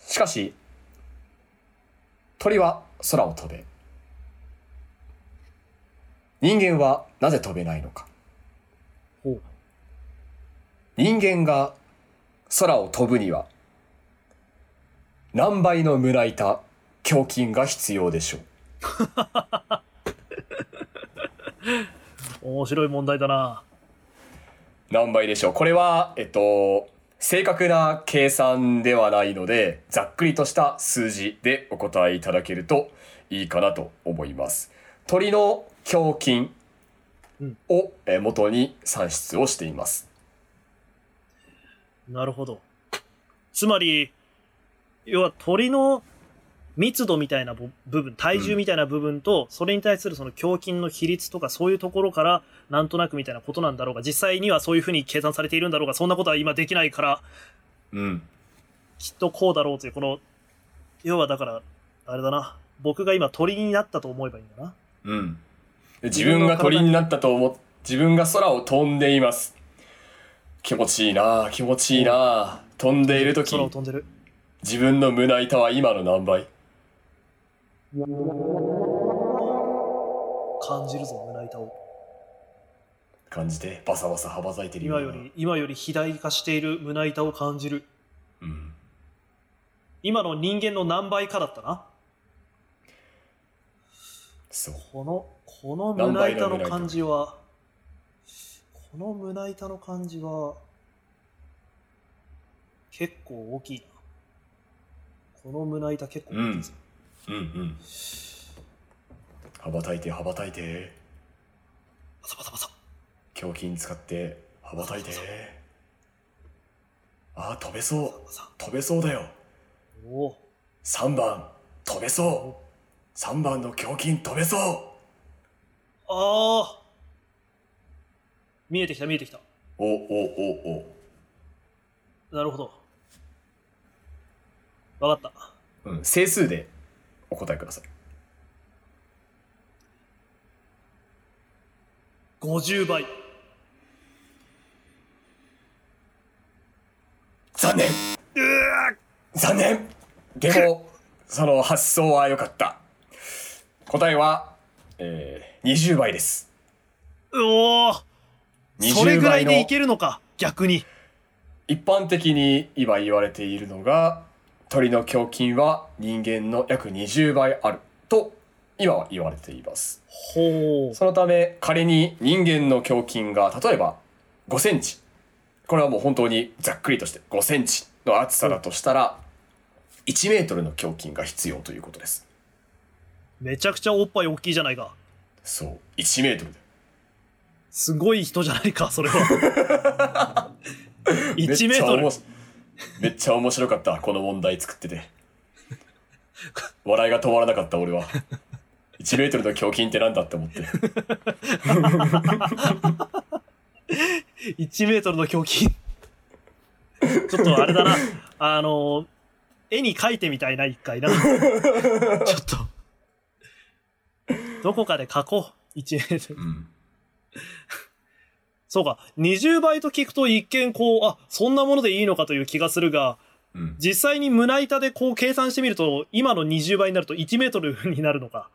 [SPEAKER 1] しかし鳥は空を飛べ人間はなぜ飛べないのか
[SPEAKER 2] おう
[SPEAKER 1] 人間が空を飛ぶには何倍の胸板胸筋が必要でしょう
[SPEAKER 2] 面白い問題だな。
[SPEAKER 1] 何倍でしょうこれは、えっと、正確な計算ではないので、ざっくりとした数字でお答えいただけるといいかなと思います。鳥の胸筋
[SPEAKER 2] うん
[SPEAKER 1] をえー元に算出をしています。
[SPEAKER 2] なるほど。つまり、要は鳥の密度みたいなぼ部分、体重みたいな部分と、それに対するその胸筋の比率とかそういうところから、なんとなくみたいなことなんだろうが、実際にはそういうふうに計算されているんだろうが、そんなことは今できないから、
[SPEAKER 1] うん。
[SPEAKER 2] きっとこうだろうという、この、要はだから、あれだな。僕が今鳥になったと思えばいいんだな。
[SPEAKER 1] うん。自分が鳥になったと思っ、自分が空を飛んでいます。気持ちいいなあ気持ちいいなあ飛んでいる時
[SPEAKER 2] 空を飛んでる。
[SPEAKER 1] 自分の胸板は今の何倍
[SPEAKER 2] 感じるぞ、胸板を。
[SPEAKER 1] 感じて、バサバサ羽ばたいてる
[SPEAKER 2] 今
[SPEAKER 1] うな
[SPEAKER 2] より、今より肥大化している胸板を感じる。
[SPEAKER 1] うん。
[SPEAKER 2] 今の人間の何倍かだったな。
[SPEAKER 1] そう。
[SPEAKER 2] この、この
[SPEAKER 1] 何
[SPEAKER 2] 胸
[SPEAKER 1] 倍の
[SPEAKER 2] 板
[SPEAKER 1] 胸板
[SPEAKER 2] の感じは、この胸板の感じは、結構大きいな。この胸板結構大きいです、
[SPEAKER 1] うんうん。羽ばたいて羽ばたいて
[SPEAKER 2] バサバサバサ。
[SPEAKER 1] 胸筋使って羽ばたいてああ飛べそう
[SPEAKER 2] バサバサ
[SPEAKER 1] 飛べそうだよ
[SPEAKER 2] おお。
[SPEAKER 1] 3番飛べそう3番の胸筋飛べそ
[SPEAKER 2] ああ見えてきた見えてきた。
[SPEAKER 1] うおおおお
[SPEAKER 2] なるほど。わかった。
[SPEAKER 1] うん整数でお答えください
[SPEAKER 2] 50倍。
[SPEAKER 1] 残念残念でもその発想は良かった答えは、えー、20倍です
[SPEAKER 2] おおそれ
[SPEAKER 1] 20
[SPEAKER 2] ぐら
[SPEAKER 1] 倍
[SPEAKER 2] い
[SPEAKER 1] の
[SPEAKER 2] でいけるのか、逆に。
[SPEAKER 1] 一般的に今言われているのが鳥の胸筋は人間の約20倍あると今は言われています
[SPEAKER 2] ほう。
[SPEAKER 1] そのため仮に人間の胸筋が例えば5センチこれはもう本当にざっくりとして5センチの厚さだとしたら1メートルの胸筋が必要ということです
[SPEAKER 2] めちゃくちゃおっぱい大きいじゃないか。
[SPEAKER 1] そう1メートルだよ
[SPEAKER 2] すごい人じゃないか、それは。
[SPEAKER 1] めっち
[SPEAKER 2] 1
[SPEAKER 1] ゃ
[SPEAKER 2] メートル
[SPEAKER 1] 面。白めっちゃ面白かったこの問題作ってて笑いが止まらなかった俺は1メートルの胸筋ってなんだって思って
[SPEAKER 2] 1メートルの胸筋。ちょっとあれ だな。あの、絵に描いてみたいな、一 回な。ちょっと。どこかで描こう。1メートル。
[SPEAKER 1] うん
[SPEAKER 2] そうか。20倍と聞くと一見こう、あ、そんなものでいいのかという気がするが、
[SPEAKER 1] うん
[SPEAKER 2] 実際に胸板でこう計算してみると、今の20倍になると1メートルになるのか。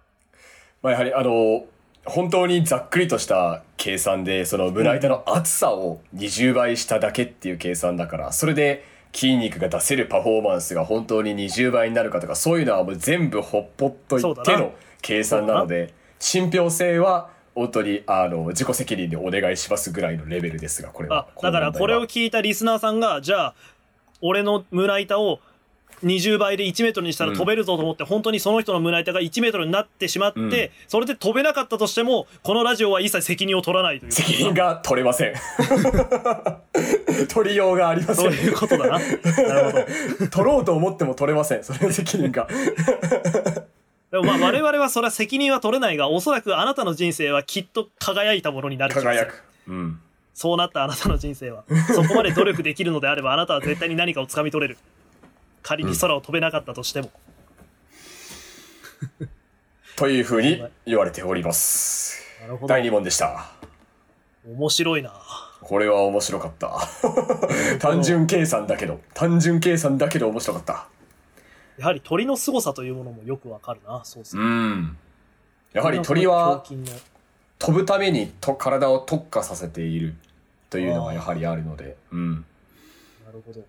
[SPEAKER 1] まあやはりあの本当にざっくりとした計算でその胸板の厚さを20倍しただけっていう計算だからそれで筋肉が出せるパフォーマンスが本当に20倍になるかとかそういうのはもう全部ほっぽっとい
[SPEAKER 2] そうだ
[SPEAKER 1] て
[SPEAKER 2] な
[SPEAKER 1] の計算なので信憑性は本当にあの自己責任でお願いしますぐらいのレベルですがこれは
[SPEAKER 2] あだからこれを
[SPEAKER 1] の問題は
[SPEAKER 2] 聞いたリスナーさんがじゃあ俺の胸板を20倍で1メートルにしたら飛べるぞと思って、本当にその人の胸板が1メートルになってしまって、
[SPEAKER 1] うん
[SPEAKER 2] それで飛べなかったとしても、このラジオは一切責任を取らないという。
[SPEAKER 1] 責任が取れませ ん取りようがありませ
[SPEAKER 2] そうんいうことだな。なるほど。
[SPEAKER 1] 取ろうと思っても取れませんそれは責任が
[SPEAKER 2] でもまあ我々はそれは責任は取れないが、おそらくあなたの人生はきっと輝いたものになる気がす
[SPEAKER 1] 輝
[SPEAKER 2] る
[SPEAKER 1] くうん
[SPEAKER 2] そうなったあなたの人生 は。そこまで努力できるのであれば、あなたは絶対に何かを掴み取れる。仮に空を飛べなかったとしても。
[SPEAKER 1] というふうに言われております
[SPEAKER 2] なるほど
[SPEAKER 1] 第。2問でした
[SPEAKER 2] 面白いな。
[SPEAKER 1] これは面白かった 単純計算だけど単純計算だけど面白かった
[SPEAKER 2] やはり鳥の凄さというものもよくわかるな。そうです
[SPEAKER 1] う
[SPEAKER 2] ね。
[SPEAKER 1] んやはり鳥は
[SPEAKER 2] 鳥のその胸筋の
[SPEAKER 1] 飛ぶためにと体を特化させているというのがやはりあるので、うん、
[SPEAKER 2] なるほど。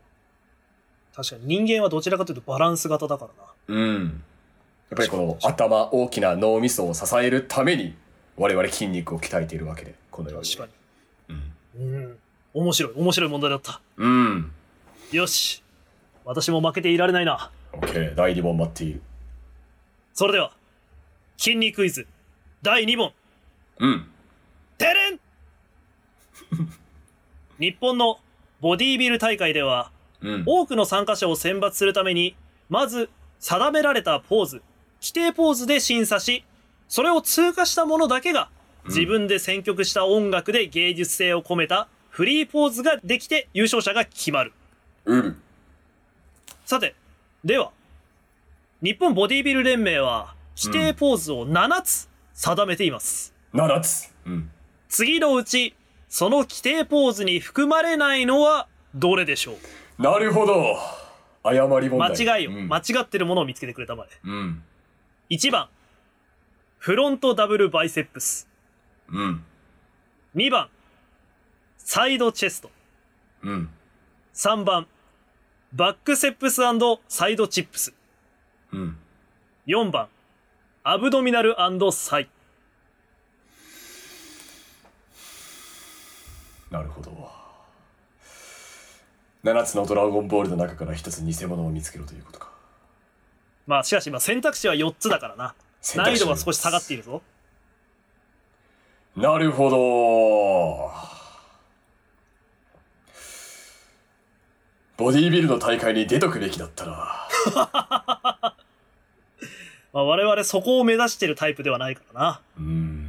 [SPEAKER 2] 確かに人間はどちらかというとバランス型だからな。
[SPEAKER 1] うん。やっぱりこの頭大きな脳みそを支えるために我々筋肉を鍛えているわけでこのように
[SPEAKER 2] 確か
[SPEAKER 1] うん、
[SPEAKER 2] に。うん。面白い、面白い問題だった。
[SPEAKER 1] うん、
[SPEAKER 2] よし。私も負けていられないな。
[SPEAKER 1] OK 第2問待っている
[SPEAKER 2] それでは、筋肉クイズ、第2問、
[SPEAKER 1] うん
[SPEAKER 2] て れん日本のボディービル大会では、
[SPEAKER 1] うん
[SPEAKER 2] 多くの参加者を選抜するために、まず定められたポーズ、規定ポーズで審査し、それを通過した者だけが、自分で選曲した音楽で芸術性を込めたフリーポーズができて優勝者が決まる。
[SPEAKER 1] うる
[SPEAKER 2] さて、では、日本ボディービル連盟は、規定ポーズを7つ定めています。
[SPEAKER 1] 7つうん
[SPEAKER 2] 次のうち、その規定ポーズに含まれないのはどれでしょう
[SPEAKER 1] なるほど誤り問
[SPEAKER 2] 間
[SPEAKER 1] 題
[SPEAKER 2] 違いを、
[SPEAKER 1] うん、
[SPEAKER 2] 間違ってるものを見つけてくれたまで。
[SPEAKER 1] うん
[SPEAKER 2] 1番、フロントダブルバイセップス。
[SPEAKER 1] うん
[SPEAKER 2] 2番、サイドチェスト。
[SPEAKER 1] うん
[SPEAKER 2] 3番、バックセップスサイドチップス。
[SPEAKER 1] うん
[SPEAKER 2] 4番、アブドミナルサイ。
[SPEAKER 1] なるほど7つのドラゴンボールの中から1つ偽物を見つけろということか
[SPEAKER 2] まあ、しかし、まあ、選択肢は4つだからな。
[SPEAKER 1] 選
[SPEAKER 2] 難
[SPEAKER 1] 択
[SPEAKER 2] 易
[SPEAKER 1] 肢
[SPEAKER 2] 度は少し下がっているぞ。
[SPEAKER 1] なるほど。ボディービルの大会に出とくべきだったな。
[SPEAKER 2] まあ、我々そこを目指してるタイプではないからな。
[SPEAKER 1] うん。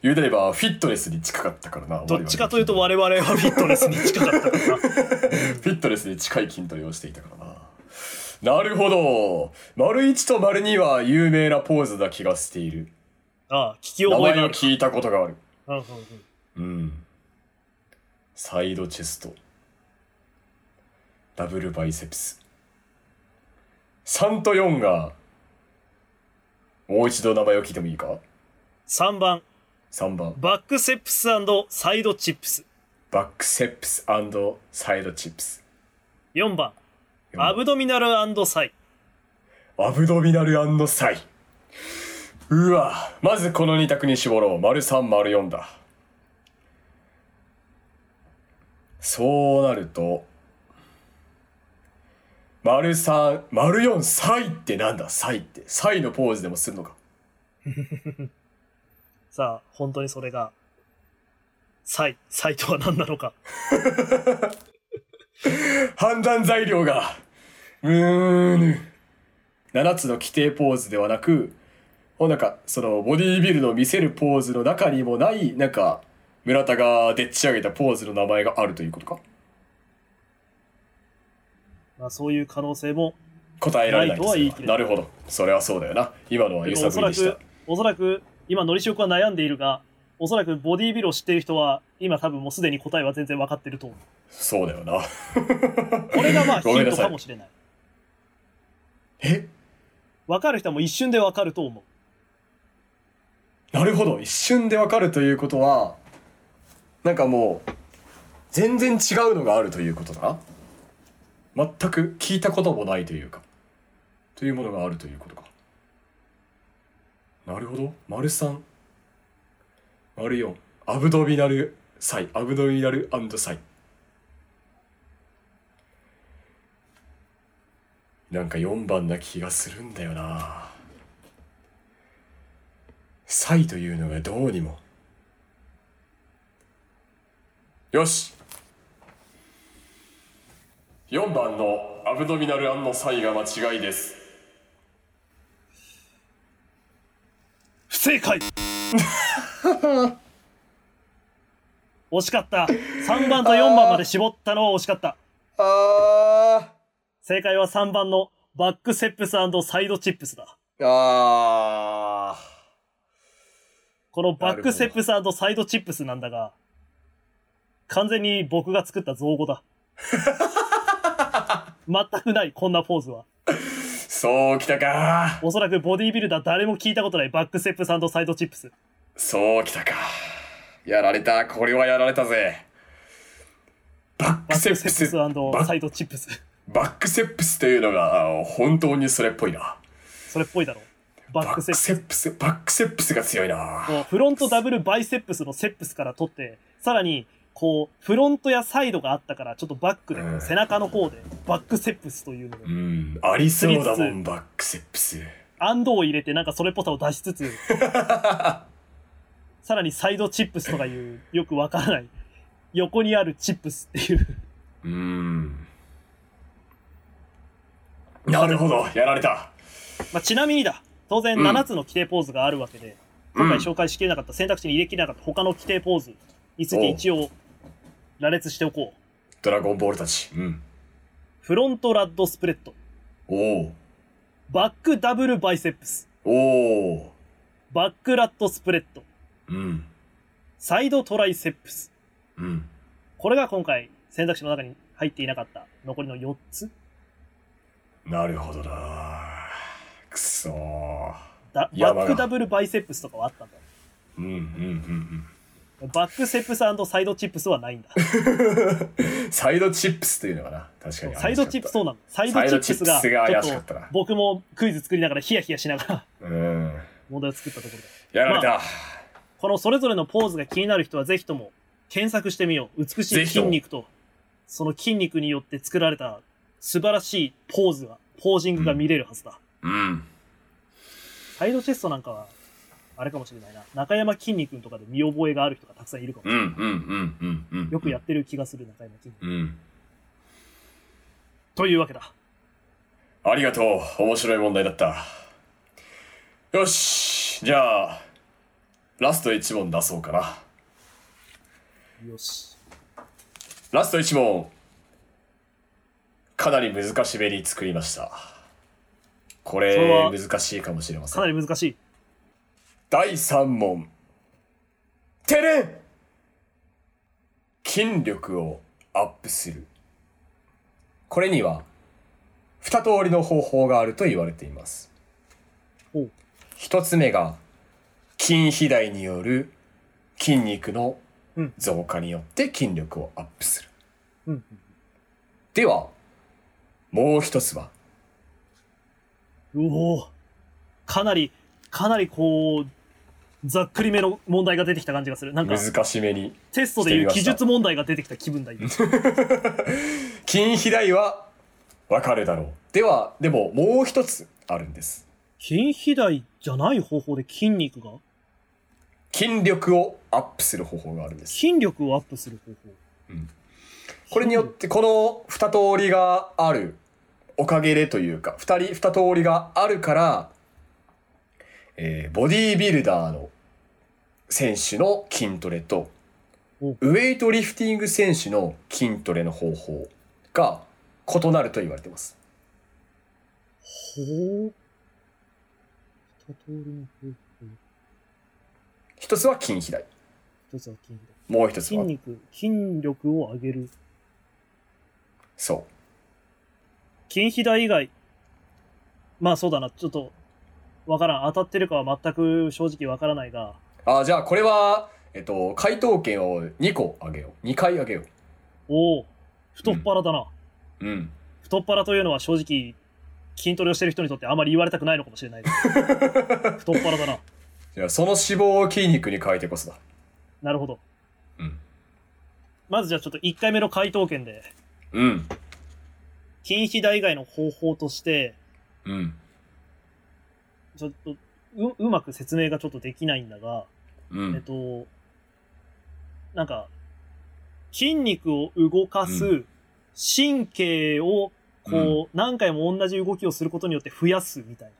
[SPEAKER 1] 言うてれば、フィットネスに近かったからな。
[SPEAKER 2] どっちかというと
[SPEAKER 1] 我
[SPEAKER 2] 我々はフィットネスに近かった からな。
[SPEAKER 1] 々はフィットネスに近い筋トレをしていたからな。なるほど。丸1と丸2は有名なポーズな気がしている。
[SPEAKER 2] ああ、聞き
[SPEAKER 1] 名
[SPEAKER 2] 覚え
[SPEAKER 1] 前
[SPEAKER 2] があ
[SPEAKER 1] を
[SPEAKER 2] る。
[SPEAKER 1] 聞いたことがある。
[SPEAKER 2] うんうんうん
[SPEAKER 1] うん。サイドチェスト。ダブルバイセプス。3と4が、もう一度名前を聞いてもいいか
[SPEAKER 2] 3番、
[SPEAKER 1] ?3 番。
[SPEAKER 2] バックセップスサイドチップス。
[SPEAKER 1] バックセプスサイドチップス。
[SPEAKER 2] 4番、
[SPEAKER 1] 四番
[SPEAKER 2] アブドミナルサイ。
[SPEAKER 1] アブドミナルサイ。うわ、まずこの2択に絞ろう。丸3、丸4だ。そうなると、丸三丸4、サイってなんだサイって。サイのポーズでもするのか。
[SPEAKER 2] さあ、本当にそれが、サイ、サイとは何なのか。
[SPEAKER 1] 判断材料が、うーん。7つの規定ポーズではなく、もうなんか、その、ボディービルの見せるポーズの中にもない、なんか、村田がでっち上げたポーズの名前があるということか
[SPEAKER 2] まあ、そういう可能性も、
[SPEAKER 1] 答えられないんです
[SPEAKER 2] ないとは言
[SPEAKER 1] よ
[SPEAKER 2] い切れな
[SPEAKER 1] ないるほど。それはそうだよな。今のは
[SPEAKER 2] で
[SPEAKER 1] 揺
[SPEAKER 2] も
[SPEAKER 1] さ
[SPEAKER 2] おそ
[SPEAKER 1] ぶり
[SPEAKER 2] ら
[SPEAKER 1] でし
[SPEAKER 2] く、おそらく、今、のりしおくんは悩んでいるが、おそらくボディービルを知っている人は、今多分もうすでに答えは全然分かってると思う。
[SPEAKER 1] た。そうだよな。
[SPEAKER 2] これがまあ、
[SPEAKER 1] ごめ
[SPEAKER 2] ヒ
[SPEAKER 1] んな
[SPEAKER 2] ント
[SPEAKER 1] さい
[SPEAKER 2] かもしれない。
[SPEAKER 1] え
[SPEAKER 2] 分かる人はもう一瞬で分かると思う。
[SPEAKER 1] なるほど。一瞬でわかるということは、なんかもう、全然違うのがあるということだな。全く聞いたこともないというか、というものがあるということか。なるほど。丸三丸四アブドミナルサイ、アブドミナルサイ。なんか4番な気がするんだよなサイというのがどうにもよし4番のアブドミナルのサイが間違いです
[SPEAKER 2] 不 正解惜しかった3番と4番まで絞ったのは惜しかった
[SPEAKER 1] あ
[SPEAKER 2] 正解は3番のバックセップスサイドチップスだ
[SPEAKER 1] ーあ
[SPEAKER 2] このバックセップスサイドチップスなんだが完全に僕が作った造語だ 全くないこんなポーズは
[SPEAKER 1] ーそうきたか
[SPEAKER 2] おそらくボディービルダー誰も聞いたことないバックセップスサイドチップス
[SPEAKER 1] そうきたかやられたこれはやられたぜバッ
[SPEAKER 2] バ
[SPEAKER 1] ク
[SPEAKER 2] ッ
[SPEAKER 1] セ
[SPEAKER 2] ク
[SPEAKER 1] ッ
[SPEAKER 2] セッ
[SPEAKER 1] プ
[SPEAKER 2] プス
[SPEAKER 1] スバ
[SPEAKER 2] サ
[SPEAKER 1] ッ
[SPEAKER 2] イドチップス
[SPEAKER 1] バックセップスというのがあの本当にそれっぽいな
[SPEAKER 2] それっぽいだろバッ
[SPEAKER 1] バ
[SPEAKER 2] ク
[SPEAKER 1] ッ
[SPEAKER 2] セッ
[SPEAKER 1] ク
[SPEAKER 2] プス
[SPEAKER 1] セップスバックセップスが強いな
[SPEAKER 2] こうフロントダブルバイセップスのセップスから取って、さらに、こう、フロントやサイドがあったから、ちょっとバックで、
[SPEAKER 1] うん
[SPEAKER 2] 背中の方で、バックセップスというのを
[SPEAKER 1] う、んありそうだも
[SPEAKER 2] つ
[SPEAKER 1] んバックセップス
[SPEAKER 2] アンドを入れて、なんかそれっぽさを出しつ つ、さらにサイドチップスとかいう、よくわからない、横にあるチップスっていう、
[SPEAKER 1] うんなるほどやられた
[SPEAKER 2] まあ、ちなみにだ、当然
[SPEAKER 1] うん
[SPEAKER 2] 7つの規定ポーズがあるわけで、今回紹介しきれなかった、選択肢に入れきれなかった他の規定ポーズについて一応、羅列しておこう。
[SPEAKER 1] ドラゴンボールたちうん
[SPEAKER 2] フロントラッドスプレッド、
[SPEAKER 1] おお
[SPEAKER 2] バックダブルバイセップス、
[SPEAKER 1] おお
[SPEAKER 2] バックラットスプレッド、
[SPEAKER 1] うん
[SPEAKER 2] サイドトライセップス。
[SPEAKER 1] うん
[SPEAKER 2] これが今回選択肢の中に入っていなかった残りの4つ
[SPEAKER 1] なるほどなくそー
[SPEAKER 2] だ。
[SPEAKER 1] 山
[SPEAKER 2] バ
[SPEAKER 1] が
[SPEAKER 2] ックダブルバイセップスとかはあったんだ。
[SPEAKER 1] うんうんうん
[SPEAKER 2] バックセップスサイドチップスはないんだ。
[SPEAKER 1] うんサイドチップスというのかな確かに
[SPEAKER 2] サイドチップスそうなの。サイド
[SPEAKER 1] サイ
[SPEAKER 2] チ
[SPEAKER 1] ド
[SPEAKER 2] ッ
[SPEAKER 1] チ
[SPEAKER 2] プ
[SPEAKER 1] ッ
[SPEAKER 2] ス
[SPEAKER 1] プス
[SPEAKER 2] が、
[SPEAKER 1] が
[SPEAKER 2] ちょ
[SPEAKER 1] 怪しか
[SPEAKER 2] っ
[SPEAKER 1] った
[SPEAKER 2] と
[SPEAKER 1] な
[SPEAKER 2] 僕もクイズ作りながらヒヤヒヤしながら
[SPEAKER 1] うん
[SPEAKER 2] 問題を作ったところだ。
[SPEAKER 1] やられた、
[SPEAKER 2] まこのそれぞれのポーズが気になる人はぜひとも検索してみよう。美しい
[SPEAKER 1] ぜひと
[SPEAKER 2] 筋
[SPEAKER 1] も
[SPEAKER 2] 肉と、その筋肉によって作られた素晴らしいポーズが、ポージングが見れるはずだ。
[SPEAKER 1] うん
[SPEAKER 2] サイドチェストなんかは、あれかもしれないな。中山筋肉とかで見覚えがある人がたくさんいるかもし
[SPEAKER 1] う
[SPEAKER 2] れ
[SPEAKER 1] ん
[SPEAKER 2] な
[SPEAKER 1] うん
[SPEAKER 2] い。
[SPEAKER 1] うんうんうん
[SPEAKER 2] よくやってる気がする中山筋
[SPEAKER 1] う
[SPEAKER 2] 肉。
[SPEAKER 1] ん
[SPEAKER 2] というわけだ。
[SPEAKER 1] ありがとう面白い問題だったよしじゃあラスト1問出そうかな
[SPEAKER 2] よし。
[SPEAKER 1] ラスト1問かなり難しめに作りましたこれ
[SPEAKER 2] それは
[SPEAKER 1] 難しいかもしれませ
[SPEAKER 2] か
[SPEAKER 1] ん
[SPEAKER 2] なり難しい。
[SPEAKER 1] 第3問てれん筋力をアップするこれには2通りの方法があると言われています
[SPEAKER 2] おう
[SPEAKER 1] 1つ目が筋肥大による筋肉の
[SPEAKER 2] うん
[SPEAKER 1] 増加によって筋力をアップする
[SPEAKER 2] うん。
[SPEAKER 1] ではもう一つは
[SPEAKER 2] うおーかなり、かなりこう、ざっくりめの問題が出てきた感じがする。なんか、
[SPEAKER 1] 難しめに
[SPEAKER 2] テストでいう
[SPEAKER 1] してみまし
[SPEAKER 2] 記
[SPEAKER 1] た
[SPEAKER 2] 述問題が出てきた気 分だ、今。
[SPEAKER 1] 筋肥大はわかるだろうではでももう一つあるんです
[SPEAKER 2] 筋肥大じゃない方法で筋肉が
[SPEAKER 1] 筋力をアップする方法があるんです
[SPEAKER 2] 筋力をアップする方法。
[SPEAKER 1] これによってこの2通りがあるおかげでというか2人2通りがあるから、えーボディービルダーの選手の筋トレと
[SPEAKER 2] お
[SPEAKER 1] ウエイトリフティング選手の筋トレの方法が異なると言われています
[SPEAKER 2] ほう。二通りの方法。
[SPEAKER 1] 一つは筋肥大
[SPEAKER 2] 一つは筋肥大。
[SPEAKER 1] もう一つ
[SPEAKER 2] 筋
[SPEAKER 1] は
[SPEAKER 2] 肉、筋力を上げる。
[SPEAKER 1] そう
[SPEAKER 2] 筋肥大以外、まあそうだな、ちょっと、わからん。当たってるかは全く正直わからないが、
[SPEAKER 1] あじゃあこれは、えっと、回答権を2個あげよう2回あげよ
[SPEAKER 2] おお、太っ腹だな。
[SPEAKER 1] ううん
[SPEAKER 2] 太っ腹というのは正直、筋トレをしてる人にとってあまり言われたくないのかもしれな い。太っ腹だな。
[SPEAKER 1] じゃあその脂肪を筋肉に変えてこそだ
[SPEAKER 2] なるほど。
[SPEAKER 1] うん
[SPEAKER 2] まずじゃあちょっと1回目の回答権で、
[SPEAKER 1] うん
[SPEAKER 2] 筋肥大以外の方法として、
[SPEAKER 1] うん。
[SPEAKER 2] ちょっとう、うまく説明がちょっとできないんだが、
[SPEAKER 1] う
[SPEAKER 2] えっ
[SPEAKER 1] ん。
[SPEAKER 2] と、なんか、筋肉を動か
[SPEAKER 1] う
[SPEAKER 2] す、神経を、こう、何回も同じ動きをすることによって増やすみたいな。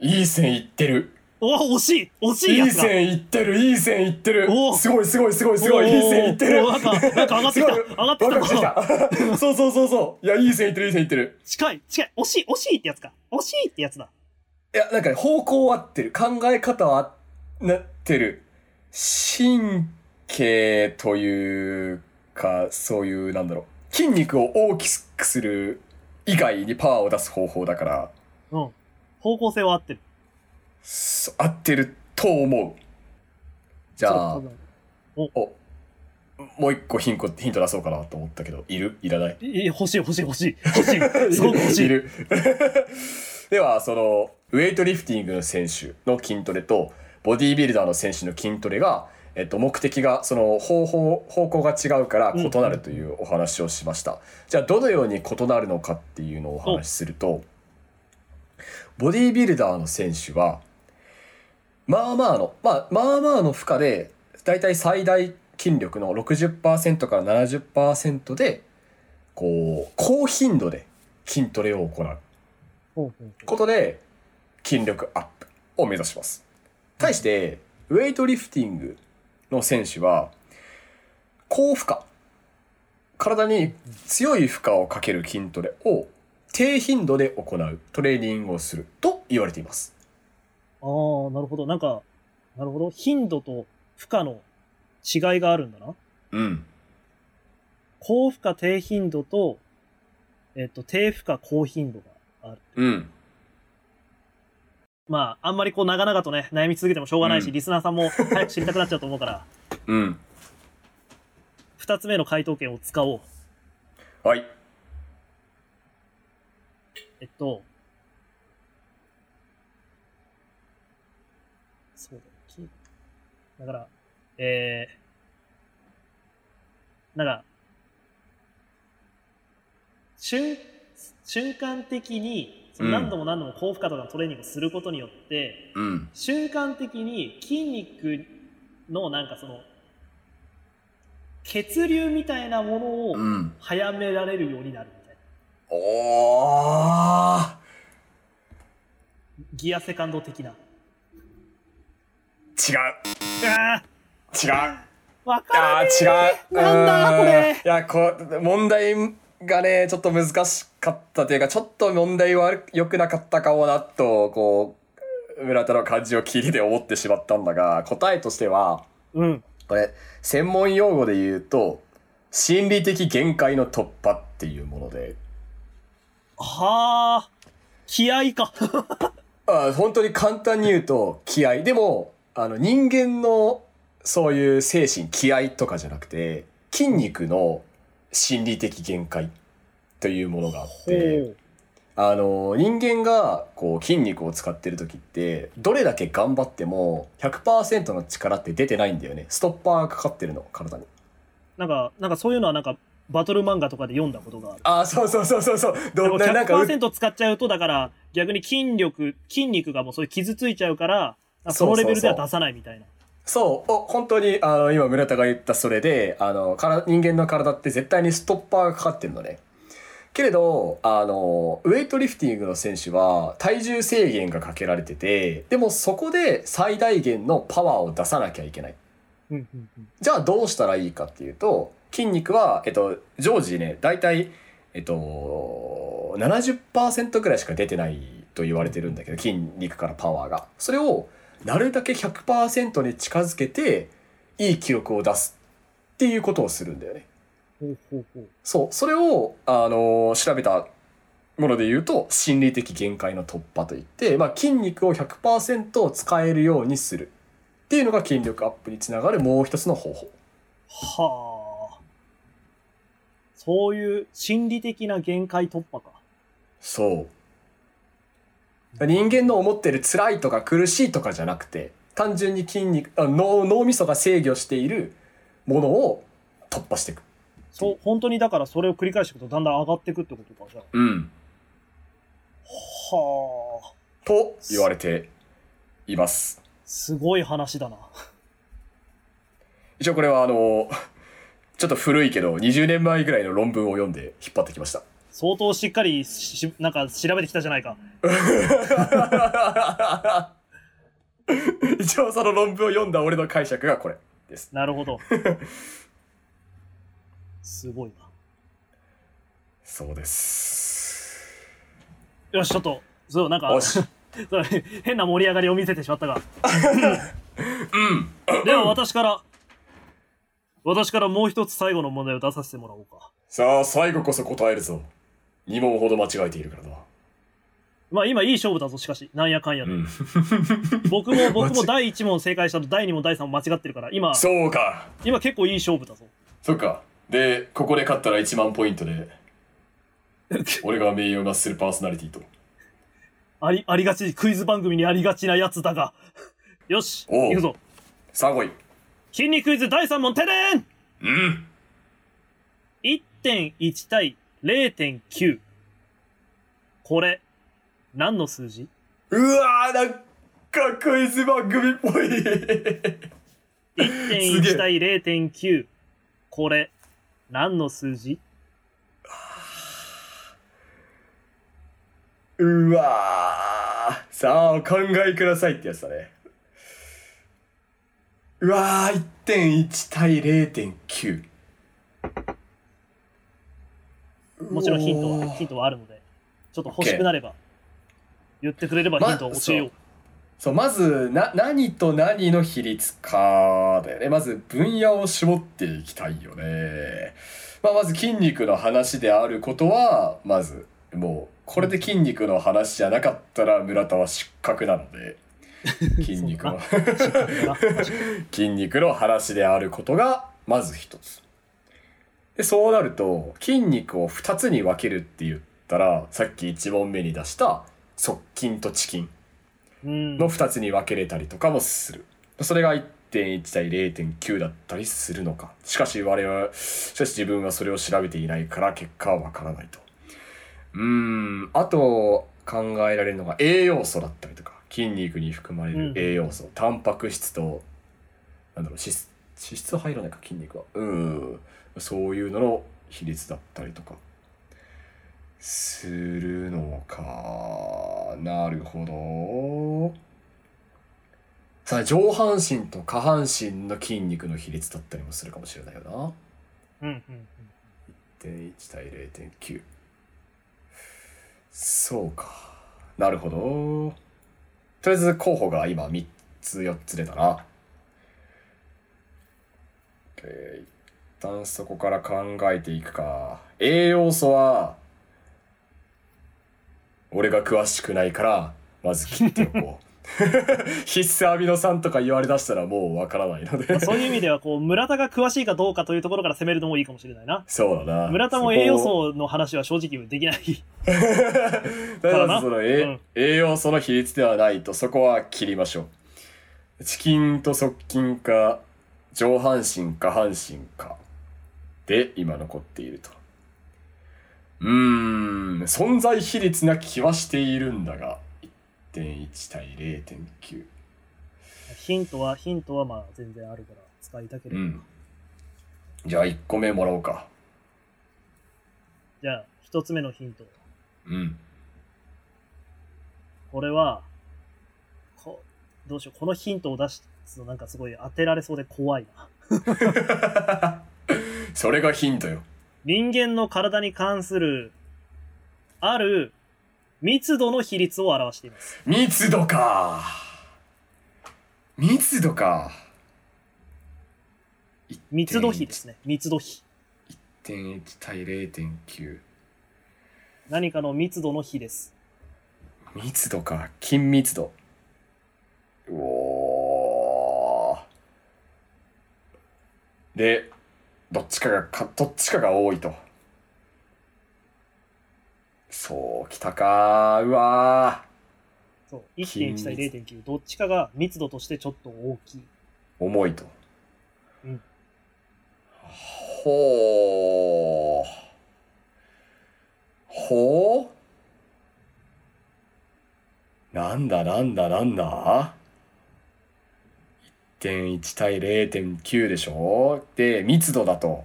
[SPEAKER 1] いい線いってる。
[SPEAKER 2] お惜しい惜しい
[SPEAKER 1] い
[SPEAKER 2] や
[SPEAKER 1] い
[SPEAKER 2] つだ
[SPEAKER 1] 線いってる。いい線いってる
[SPEAKER 2] お。
[SPEAKER 1] すごいすごいすごいすごい。いい線いってる
[SPEAKER 2] お。ーおーなんか、なんか上がってき
[SPEAKER 1] すごい
[SPEAKER 2] た上がってきた
[SPEAKER 1] わかって きたそうそうそうそう。いや、いい線いってる、いい線いってる。
[SPEAKER 2] 近い近い惜しい惜しいってやつか惜しいってやつだ
[SPEAKER 1] いや、なんか方向は合ってる。考え方はなってる。神経というか、そういう、なんだろう。筋肉を大きくする以外にパワーを出す方法だから、
[SPEAKER 2] うん方向性は合ってる
[SPEAKER 1] そ合ってると思う。じゃあ
[SPEAKER 2] そう多、分
[SPEAKER 1] お、もう一個ヒントヒント出そうかなと思ったけど、いるいらない
[SPEAKER 2] いい欲しい欲しい欲しい欲し いすごく欲しい
[SPEAKER 1] いる。では、その、ウェイトリフティングの選手の筋トレと、ボディービルダーの選手の筋トレが、えっと、目的が、その、方法、方向が違うから異なるというお話をしました。じゃあ、どのように異なるのかっていうのをお話しすると、ボディービルダーの選手は、まあまあの、まあ、まあまあの負荷で、だいたい最大筋力の60%から70%で、こう、高頻度で筋トレを行う
[SPEAKER 2] ほうほう
[SPEAKER 1] ことで、筋力アップを目指します。対して、ウェイトリフティングの選手は、高負荷。体に強い負荷をかける筋トレを低頻度で行うトレーニングをすると言われています。
[SPEAKER 2] ほうああなるほどなんかなるほど頻度と負荷の違いがあるんだな
[SPEAKER 1] うん。
[SPEAKER 2] 高負荷低頻度とえっと低負荷高頻度がある
[SPEAKER 1] うん。
[SPEAKER 2] まああんまりこう長々とね悩み続けてもしょうがないし、
[SPEAKER 1] うん
[SPEAKER 2] リスナーさんも早く知りたくなっちゃうと思うから
[SPEAKER 1] うん。
[SPEAKER 2] 2つ目の回答権を使おう
[SPEAKER 1] はい。
[SPEAKER 2] えっと、そうだよ、だから、えー、なんか、瞬、瞬間的に、その
[SPEAKER 1] うん
[SPEAKER 2] 何度も何度も高負荷とかのトレーニングをすることによって、
[SPEAKER 1] うん。
[SPEAKER 2] 瞬間的に筋肉のなんかその、血流みたいなものを
[SPEAKER 1] うん。
[SPEAKER 2] 早められるようになるみたいな。
[SPEAKER 1] おー
[SPEAKER 2] ギアセカンド的な。
[SPEAKER 1] 違う
[SPEAKER 2] ああ
[SPEAKER 1] 違う
[SPEAKER 2] わから
[SPEAKER 1] あ
[SPEAKER 2] ね
[SPEAKER 1] ー違う。
[SPEAKER 2] なんだこれ
[SPEAKER 1] うーんいや、こう、問題がね、ちょっと難しかったというか、ちょっと問題は良くなかったかもなと、こう、村田の感じを聞いてて思ってしまったんだが、答えとしては、
[SPEAKER 2] うん。
[SPEAKER 1] これ、専門用語で言うと、心理的限界の突破っていうもので、
[SPEAKER 2] はあ。気合か。
[SPEAKER 1] あ本当に簡単に言うと気合でもあの人間のそういう精神気合とかじゃなくて筋肉の心理的限界というものがあって
[SPEAKER 2] う。
[SPEAKER 1] あの人間がこう筋肉を使ってる時ってどれだけ頑張っても100%の力って出てないんだよねストッパーがかかってるの体に
[SPEAKER 2] なんか、なんかそういうのはなんか、バトル漫画とかで読んだことがある。
[SPEAKER 1] ああそうそうそうそうそう
[SPEAKER 2] で
[SPEAKER 1] ど
[SPEAKER 2] も
[SPEAKER 1] んななんかう
[SPEAKER 2] 100%使っちゃうと、だから、逆に筋力、筋肉がもうそういう傷ついちゃうから、そのレベルでは出さないみたいな。
[SPEAKER 1] そう、お本当に、あの、今村田が言ったそれで、あの、から人間の体って絶対にストッパーがかかってるのね。けれど、あの、ウェイトリフティングの選手は体重制限がかけられてて、でもそこで最大限のパワーを出さなきゃいけない。
[SPEAKER 2] うんうんうん。
[SPEAKER 1] じゃあどうしたらいいかっていうと、筋肉は、えっと、常時ね、だいたい、えっと、70%ぐらいしか出てないと言われてるんだけど、筋肉からパワーが。それを、なるだけ100%に近づけて、いい記録を出すっていうことをするんだよね。
[SPEAKER 2] ほうほうほう。
[SPEAKER 1] そう、それを、あのー調べたもので言うと、心理的限界の突破といって、まあ、筋肉を100%使えるようにするっていうのが筋力アップにつながるもう一つの方法。
[SPEAKER 2] はあ。そういう心理的な限界突破か。
[SPEAKER 1] そう。人間の思ってる辛いとか苦しいとかじゃなくて、単純に筋肉、あ脳脳みそが制御しているものを突破していく。
[SPEAKER 2] そう本当にだからそれを繰り返していくとだんだん上がっていくってことかじゃあ
[SPEAKER 1] うん。
[SPEAKER 2] はあ
[SPEAKER 1] と言われています。
[SPEAKER 2] すごい話だな
[SPEAKER 1] 一応これはあの、ちょっと古いけど、20年前ぐらいの論文を読んで引っ張ってきました。
[SPEAKER 2] 相当しっかりししなんか調べてきたじゃないか
[SPEAKER 1] 一応その論文を読んだ俺の解釈がこれです。
[SPEAKER 2] なる ほどすごいな
[SPEAKER 1] そうです。
[SPEAKER 2] よしちょっとそうなんか
[SPEAKER 1] よし。
[SPEAKER 2] そう変な盛り上がりを見せてし まったが では私から私からもう一つ最後の問題を出させてもらおうか
[SPEAKER 1] さあ、最後こそ答えるぞ。2問ほど間違えているからな。
[SPEAKER 2] まあ今いい勝負だぞしかしなんやかんや
[SPEAKER 1] う
[SPEAKER 2] で、
[SPEAKER 1] ん。
[SPEAKER 2] 僕 も
[SPEAKER 1] マ
[SPEAKER 2] 僕も
[SPEAKER 1] ジ
[SPEAKER 2] 第1問正解したと第2問第3問間違ってるから今
[SPEAKER 1] そうか。
[SPEAKER 2] 今結構いい勝負だぞ
[SPEAKER 1] そっか。で、ここで勝ったら1万ポイント で、俺が名誉なするパーソナリティと。
[SPEAKER 2] ありありがちクイズ番組にありがちなやつだが よし
[SPEAKER 1] おう
[SPEAKER 2] 行くぞ
[SPEAKER 1] さあ来い。
[SPEAKER 2] 筋肉クイズ第3問てでん
[SPEAKER 1] うん。
[SPEAKER 2] 1.1対0.9これ何の数字
[SPEAKER 1] うわー、なんかクイズ番組っぽい。すげえ
[SPEAKER 2] 1.1対0.9これ何の数字
[SPEAKER 1] うわー。さあ、お考えくださいってやつだね。うわー、1.1対0.9。
[SPEAKER 2] もちろんヒント
[SPEAKER 1] うお
[SPEAKER 2] は
[SPEAKER 1] ー
[SPEAKER 2] ヒントはあるのでちょっと欲しくなれば言ってくれればヒントを教えよう、
[SPEAKER 1] そうまずな何と何の比率かだよねまず分野を絞っていきたいよね、まあ、まず筋肉の話であることはまずもうこれで筋肉の話じゃなかったら村田は失格なので筋肉の 筋肉の話であることがまず一つでそうなると筋肉を二つに分けるって言ったらさっき一問目に出した側筋と遅筋
[SPEAKER 2] うん
[SPEAKER 1] の2つに分けれたりとかもするそれが1.1対0.9だったりするのかしかし我々はしかし自分はそれを調べていないから結果は分からないとうーんあと考えられるのが栄養素だったりとか筋肉に含まれる栄養素、タンパク質となんだろう脂質脂質は入らないか筋肉はうんそういうのの比率だったりとかするのかなるほどさあ上半身と下半身の筋肉の比率だったりもするかもしれないよな
[SPEAKER 2] うんうんうん
[SPEAKER 1] 1.1対0.9そうかなるほどとりあえず候補が今3つ4つ出たなえー一旦そこから考えていくか栄養素は俺が詳しくないからまず切っておこう 必須アミノ酸とか言われだしたらもうわからないので
[SPEAKER 2] まあそういう意味ではこう村田が詳しいかどうかというところから攻めるのもいいかもしれないな
[SPEAKER 1] そうだな
[SPEAKER 2] 村田も栄養素の話は正直できない
[SPEAKER 1] だ
[SPEAKER 2] から
[SPEAKER 1] から
[SPEAKER 2] な
[SPEAKER 1] その、え
[SPEAKER 2] うん
[SPEAKER 1] 栄養素の比率ではないとそこは切りましょうチキンと側近か上半身下半身かで今残っているとうーん存在比率な気はしているんだが1.1対0.9
[SPEAKER 2] ヒントはヒントはまあ全然あるから使いたけれ
[SPEAKER 1] う
[SPEAKER 2] ば、
[SPEAKER 1] んじゃあ1個目もらおうか
[SPEAKER 2] じゃあ一つ目のヒント
[SPEAKER 1] うん
[SPEAKER 2] これはこどうしようこのヒントを出すのなんかすごい当てられそうで怖いな
[SPEAKER 1] それがヒントよ
[SPEAKER 2] 人間の体に関するある密度の比率を表しています
[SPEAKER 1] 密度か密度か
[SPEAKER 2] 密度比ですね密度比
[SPEAKER 1] 1.1対0.9
[SPEAKER 2] 何かの密度の比です
[SPEAKER 1] 密度か金密度うおーでどっちかがかどっちかが多いとそうきたかうわ
[SPEAKER 2] そう1.1対0.9どっちかが密度としてちょっと大きい
[SPEAKER 1] ー重いと、
[SPEAKER 2] うん
[SPEAKER 1] ほうほうなんだなんだなんだ1.1対0.9でしょで密度だと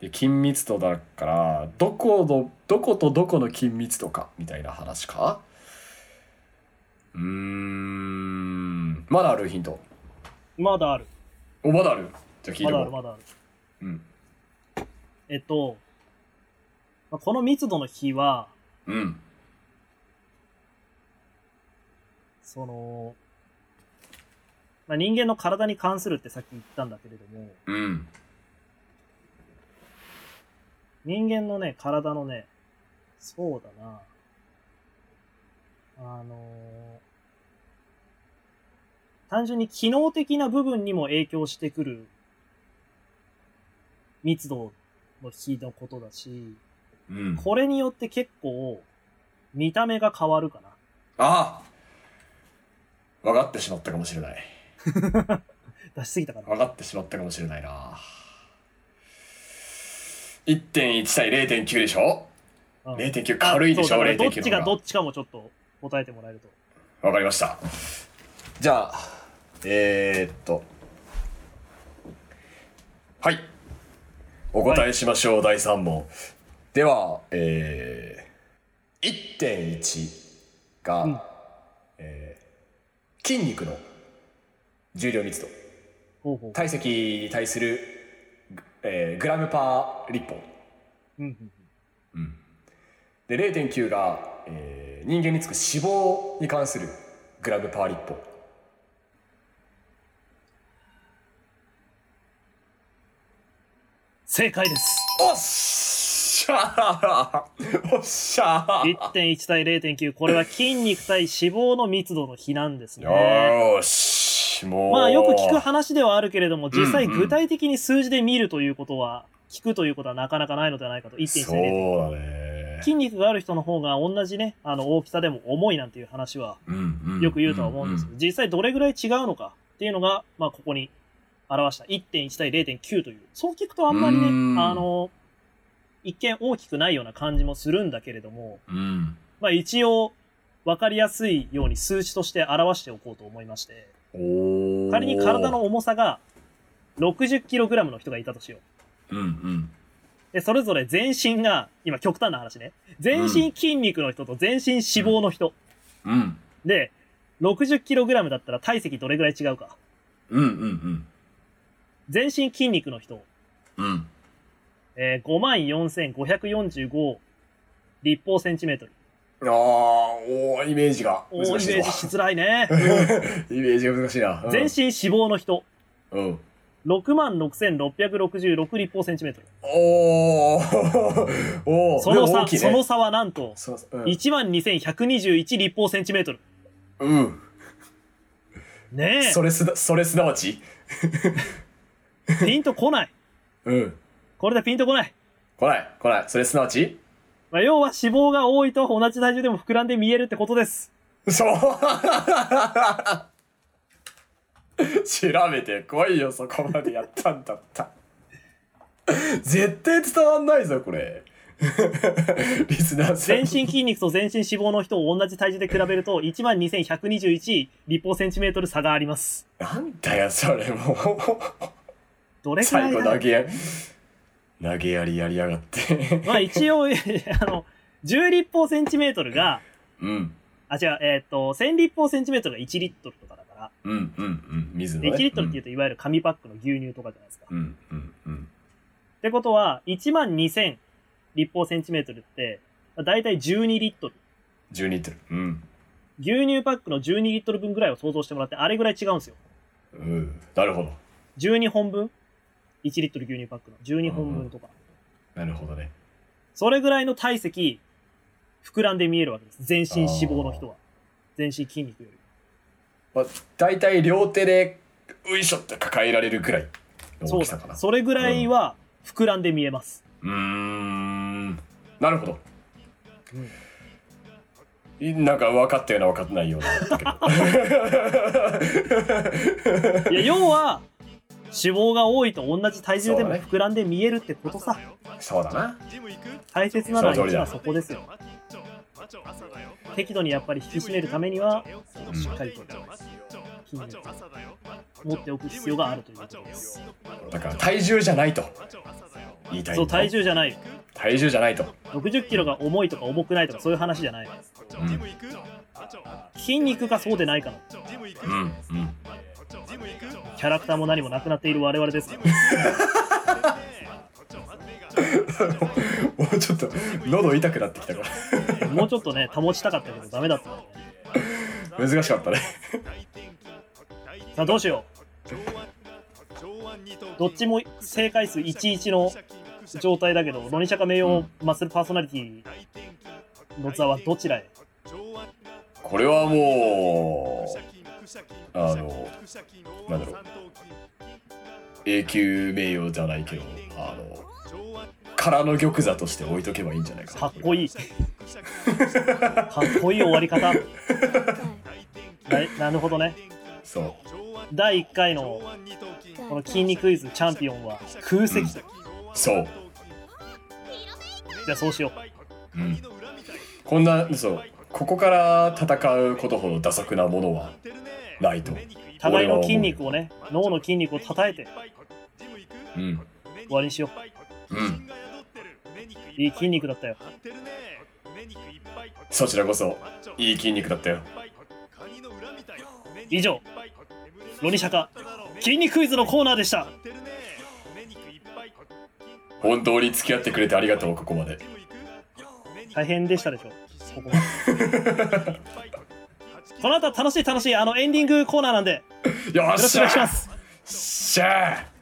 [SPEAKER 1] で緊密度だからどこのどことどこの緊密度かみたいな話かうーんまだあるヒント
[SPEAKER 2] まだある。
[SPEAKER 1] おまだあるじゃあ聞いて
[SPEAKER 2] まだ
[SPEAKER 1] も
[SPEAKER 2] あ
[SPEAKER 1] らう、
[SPEAKER 2] る、まだある。
[SPEAKER 1] うん
[SPEAKER 2] えっと、まあこの密度の比は、
[SPEAKER 1] うん
[SPEAKER 2] その、まあ、人間の体に関するってさっき言ったんだけれども、
[SPEAKER 1] うん
[SPEAKER 2] 人間のね、体のね、そうだな。あのー単純に機能的な部分にも影響してくる密度の比のことだし、
[SPEAKER 1] うん
[SPEAKER 2] これによって結構見た目が変わるかな。
[SPEAKER 1] ああ分かってしまったかもしれない
[SPEAKER 2] 出しすぎたかな。
[SPEAKER 1] 分かってしまったかもしれないな1.1対0.9でしょ
[SPEAKER 2] うん
[SPEAKER 1] 0.9軽いでしょ
[SPEAKER 2] あそうだからどっ
[SPEAKER 1] 0.9
[SPEAKER 2] ちが
[SPEAKER 1] の
[SPEAKER 2] ど
[SPEAKER 1] 方が
[SPEAKER 2] っちかもちょっと答えてもらえると。
[SPEAKER 1] 分かりましたじゃあえー、っとはいお答えしましょう、第3問ではえー、1.1が、
[SPEAKER 2] うん
[SPEAKER 1] えー筋肉の重量密度
[SPEAKER 2] ほうほう。
[SPEAKER 1] 体積に対する、ぐえーグラムパー立方
[SPEAKER 2] うんうん
[SPEAKER 1] で0.9が、えー人間につく脂肪に関するグラムパー立方
[SPEAKER 2] 正解です。
[SPEAKER 1] おっしゃーおっしゃー
[SPEAKER 2] 1.1対0.9、これは筋肉対脂肪の密度の比なんです
[SPEAKER 1] よ
[SPEAKER 2] ね。
[SPEAKER 1] ーしもう
[SPEAKER 2] まあよく聞く話ではあるけれども、実際
[SPEAKER 1] うんうん
[SPEAKER 2] 具体的に数字で見るということは、聞くということはなかなかないのではないかと。1.1
[SPEAKER 1] そう
[SPEAKER 2] 対0.9。
[SPEAKER 1] だね
[SPEAKER 2] 筋肉がある人の方が同じね、あの大きさでも重いなんていう話はよく言うとは思うんですけど、実際どれぐらい違うのかっていうのが、まあここに表した1.1対0.9という。そう聞くとあんまりね
[SPEAKER 1] うー、ん
[SPEAKER 2] あの、一見大きくないような感じもするんだけれども、
[SPEAKER 1] うんうん
[SPEAKER 2] まあ一応、わかりやすいように数値として表しておこうと思いまして、
[SPEAKER 1] おー
[SPEAKER 2] 仮に体の重さが 60kg の人がいたとしよう。
[SPEAKER 1] うんうん
[SPEAKER 2] で、それぞれ全身が、今極端な話ね。全身筋肉の人と全身脂肪の人。
[SPEAKER 1] うん
[SPEAKER 2] で、60kg だったら体積どれぐらい違うか。
[SPEAKER 1] うんうん
[SPEAKER 2] 全身筋肉の人、
[SPEAKER 1] うんうん
[SPEAKER 2] えー、54,545立方センチメートル。
[SPEAKER 1] あーおーイメージが
[SPEAKER 2] おー
[SPEAKER 1] 難し
[SPEAKER 2] イ
[SPEAKER 1] いぞ
[SPEAKER 2] メージしづらいね。
[SPEAKER 1] イメージが難しいな。うん
[SPEAKER 2] 全身脂肪の人、
[SPEAKER 1] うん。
[SPEAKER 2] 66,666立方センチメートル。
[SPEAKER 1] おーおー
[SPEAKER 2] その
[SPEAKER 1] でも
[SPEAKER 2] 差、
[SPEAKER 1] 大きい
[SPEAKER 2] その
[SPEAKER 1] ね
[SPEAKER 2] 差はなんと、
[SPEAKER 1] その差、うん。
[SPEAKER 2] 12,121立方センチメートル。
[SPEAKER 1] うん。
[SPEAKER 2] ね
[SPEAKER 1] それすだ、それすなわち
[SPEAKER 2] え、ピンとこない。
[SPEAKER 1] うん。
[SPEAKER 2] これでピンとこない。
[SPEAKER 1] 来ない、来ない。それすなわち
[SPEAKER 2] まあ、要は脂肪が多いと同じ体重でも膨らんで見えるってこ とです。
[SPEAKER 1] そう調べてこいよ、そこまでやったんだった。絶対伝わんないぞ、これ。リスナーさん
[SPEAKER 2] 全。身筋肉と全身脂肪の人を同じ体重で比べると、12,121立方センチメートル差があります。
[SPEAKER 1] なんだよ、それもう。
[SPEAKER 2] どれくら
[SPEAKER 1] 最
[SPEAKER 2] い
[SPEAKER 1] 後
[SPEAKER 2] だ
[SPEAKER 1] 投げやり、投げやりやりやがって。
[SPEAKER 2] まあ一応、あ の、10立方センチメートルが、
[SPEAKER 1] うん。
[SPEAKER 2] あ、違う、えーっ、と、1000立方センチメートルが1リットルとかだから、
[SPEAKER 1] うんうんうん水の
[SPEAKER 2] で
[SPEAKER 1] ね
[SPEAKER 2] 1リットルっていうといわゆる紙パックの牛乳とかじゃないですか。
[SPEAKER 1] うんうんうんうん
[SPEAKER 2] ってことは、12,000立方センチメートルって、まあ大体12リットル。
[SPEAKER 1] 12リットルうん
[SPEAKER 2] 牛乳パックの12リットル分ぐらいを想像してもらって、あれぐらい違うんですよ。
[SPEAKER 1] うんなるほど
[SPEAKER 2] 12本分 ?1 リットル牛乳パックの12本分とか。
[SPEAKER 1] なるほどね
[SPEAKER 2] それぐらいの体積、膨らんで見えるわけです。全身脂肪の人は。全身筋肉より。
[SPEAKER 1] まあ大体両手でういしょって抱えられるぐらいの大きさかな
[SPEAKER 2] それぐらいは膨らんで見えます。
[SPEAKER 1] うーんなるほど
[SPEAKER 2] うん
[SPEAKER 1] いなんか分かったような分かって ないようなだったけど
[SPEAKER 2] いや、要は、脂肪が多いと同じ体重で
[SPEAKER 1] そう
[SPEAKER 2] も
[SPEAKER 1] だね
[SPEAKER 2] 膨らんで見えるってことさ、
[SPEAKER 1] そうだな
[SPEAKER 3] ジム行く
[SPEAKER 2] 大切なのは
[SPEAKER 1] その通り
[SPEAKER 2] 一
[SPEAKER 1] だ
[SPEAKER 2] 番そこですよ適度にやっぱり引き締めるためにはしっかりと筋肉を持っておく必要があるということです
[SPEAKER 1] だから体重じゃないと言いたいんだ
[SPEAKER 2] そう体重じゃない
[SPEAKER 1] 体重じゃないと
[SPEAKER 2] 6 0キロが重いとか重くないとかそういう話じゃない
[SPEAKER 3] ジム行く
[SPEAKER 2] 筋肉がそうでないかの
[SPEAKER 3] ジム行く
[SPEAKER 1] うんうん
[SPEAKER 3] ジム行く
[SPEAKER 2] キャラクターも何もなくなっている我々ですから
[SPEAKER 1] もうちょっと喉痛くなってきたか
[SPEAKER 2] もうちょっとね保ちたかったけどダメだった、ね、
[SPEAKER 1] ら難しかったね
[SPEAKER 2] さあどうしようど
[SPEAKER 3] どっ
[SPEAKER 2] っち
[SPEAKER 3] ちも
[SPEAKER 2] も正解数11の状態だけどロニシャカ名誉マッスルパーソナリティの座はどちらへ
[SPEAKER 1] これはもうあのなんだろう永久名誉じゃないけどあの空の玉座として置いとけばいいんじゃないかな
[SPEAKER 2] かっこいいかっこいい終わり方ななるほどね
[SPEAKER 1] そう
[SPEAKER 2] 第1回のこの筋肉クイズチャンピオンは空席と、
[SPEAKER 1] そう
[SPEAKER 2] じゃあそうしよ
[SPEAKER 1] うんこんなそうここから戦うことほど打足なものはないと
[SPEAKER 2] う互いの筋肉をね脳の筋肉をたたえて
[SPEAKER 1] うん
[SPEAKER 2] 終わりにしよ
[SPEAKER 1] うん
[SPEAKER 2] ういい筋肉だったよ
[SPEAKER 1] そちらこそいい筋肉だったよ
[SPEAKER 2] 以上ロニシャカ筋肉クイズのコーナーでした
[SPEAKER 1] 本当に付き合ってくれてありがとうここまで
[SPEAKER 2] 大変でしたでしょここまでこの後は楽しい楽しいあのエンディングコーナーなんで
[SPEAKER 1] よっ
[SPEAKER 2] よろしく
[SPEAKER 1] しゃ
[SPEAKER 2] お願いします
[SPEAKER 1] しゃー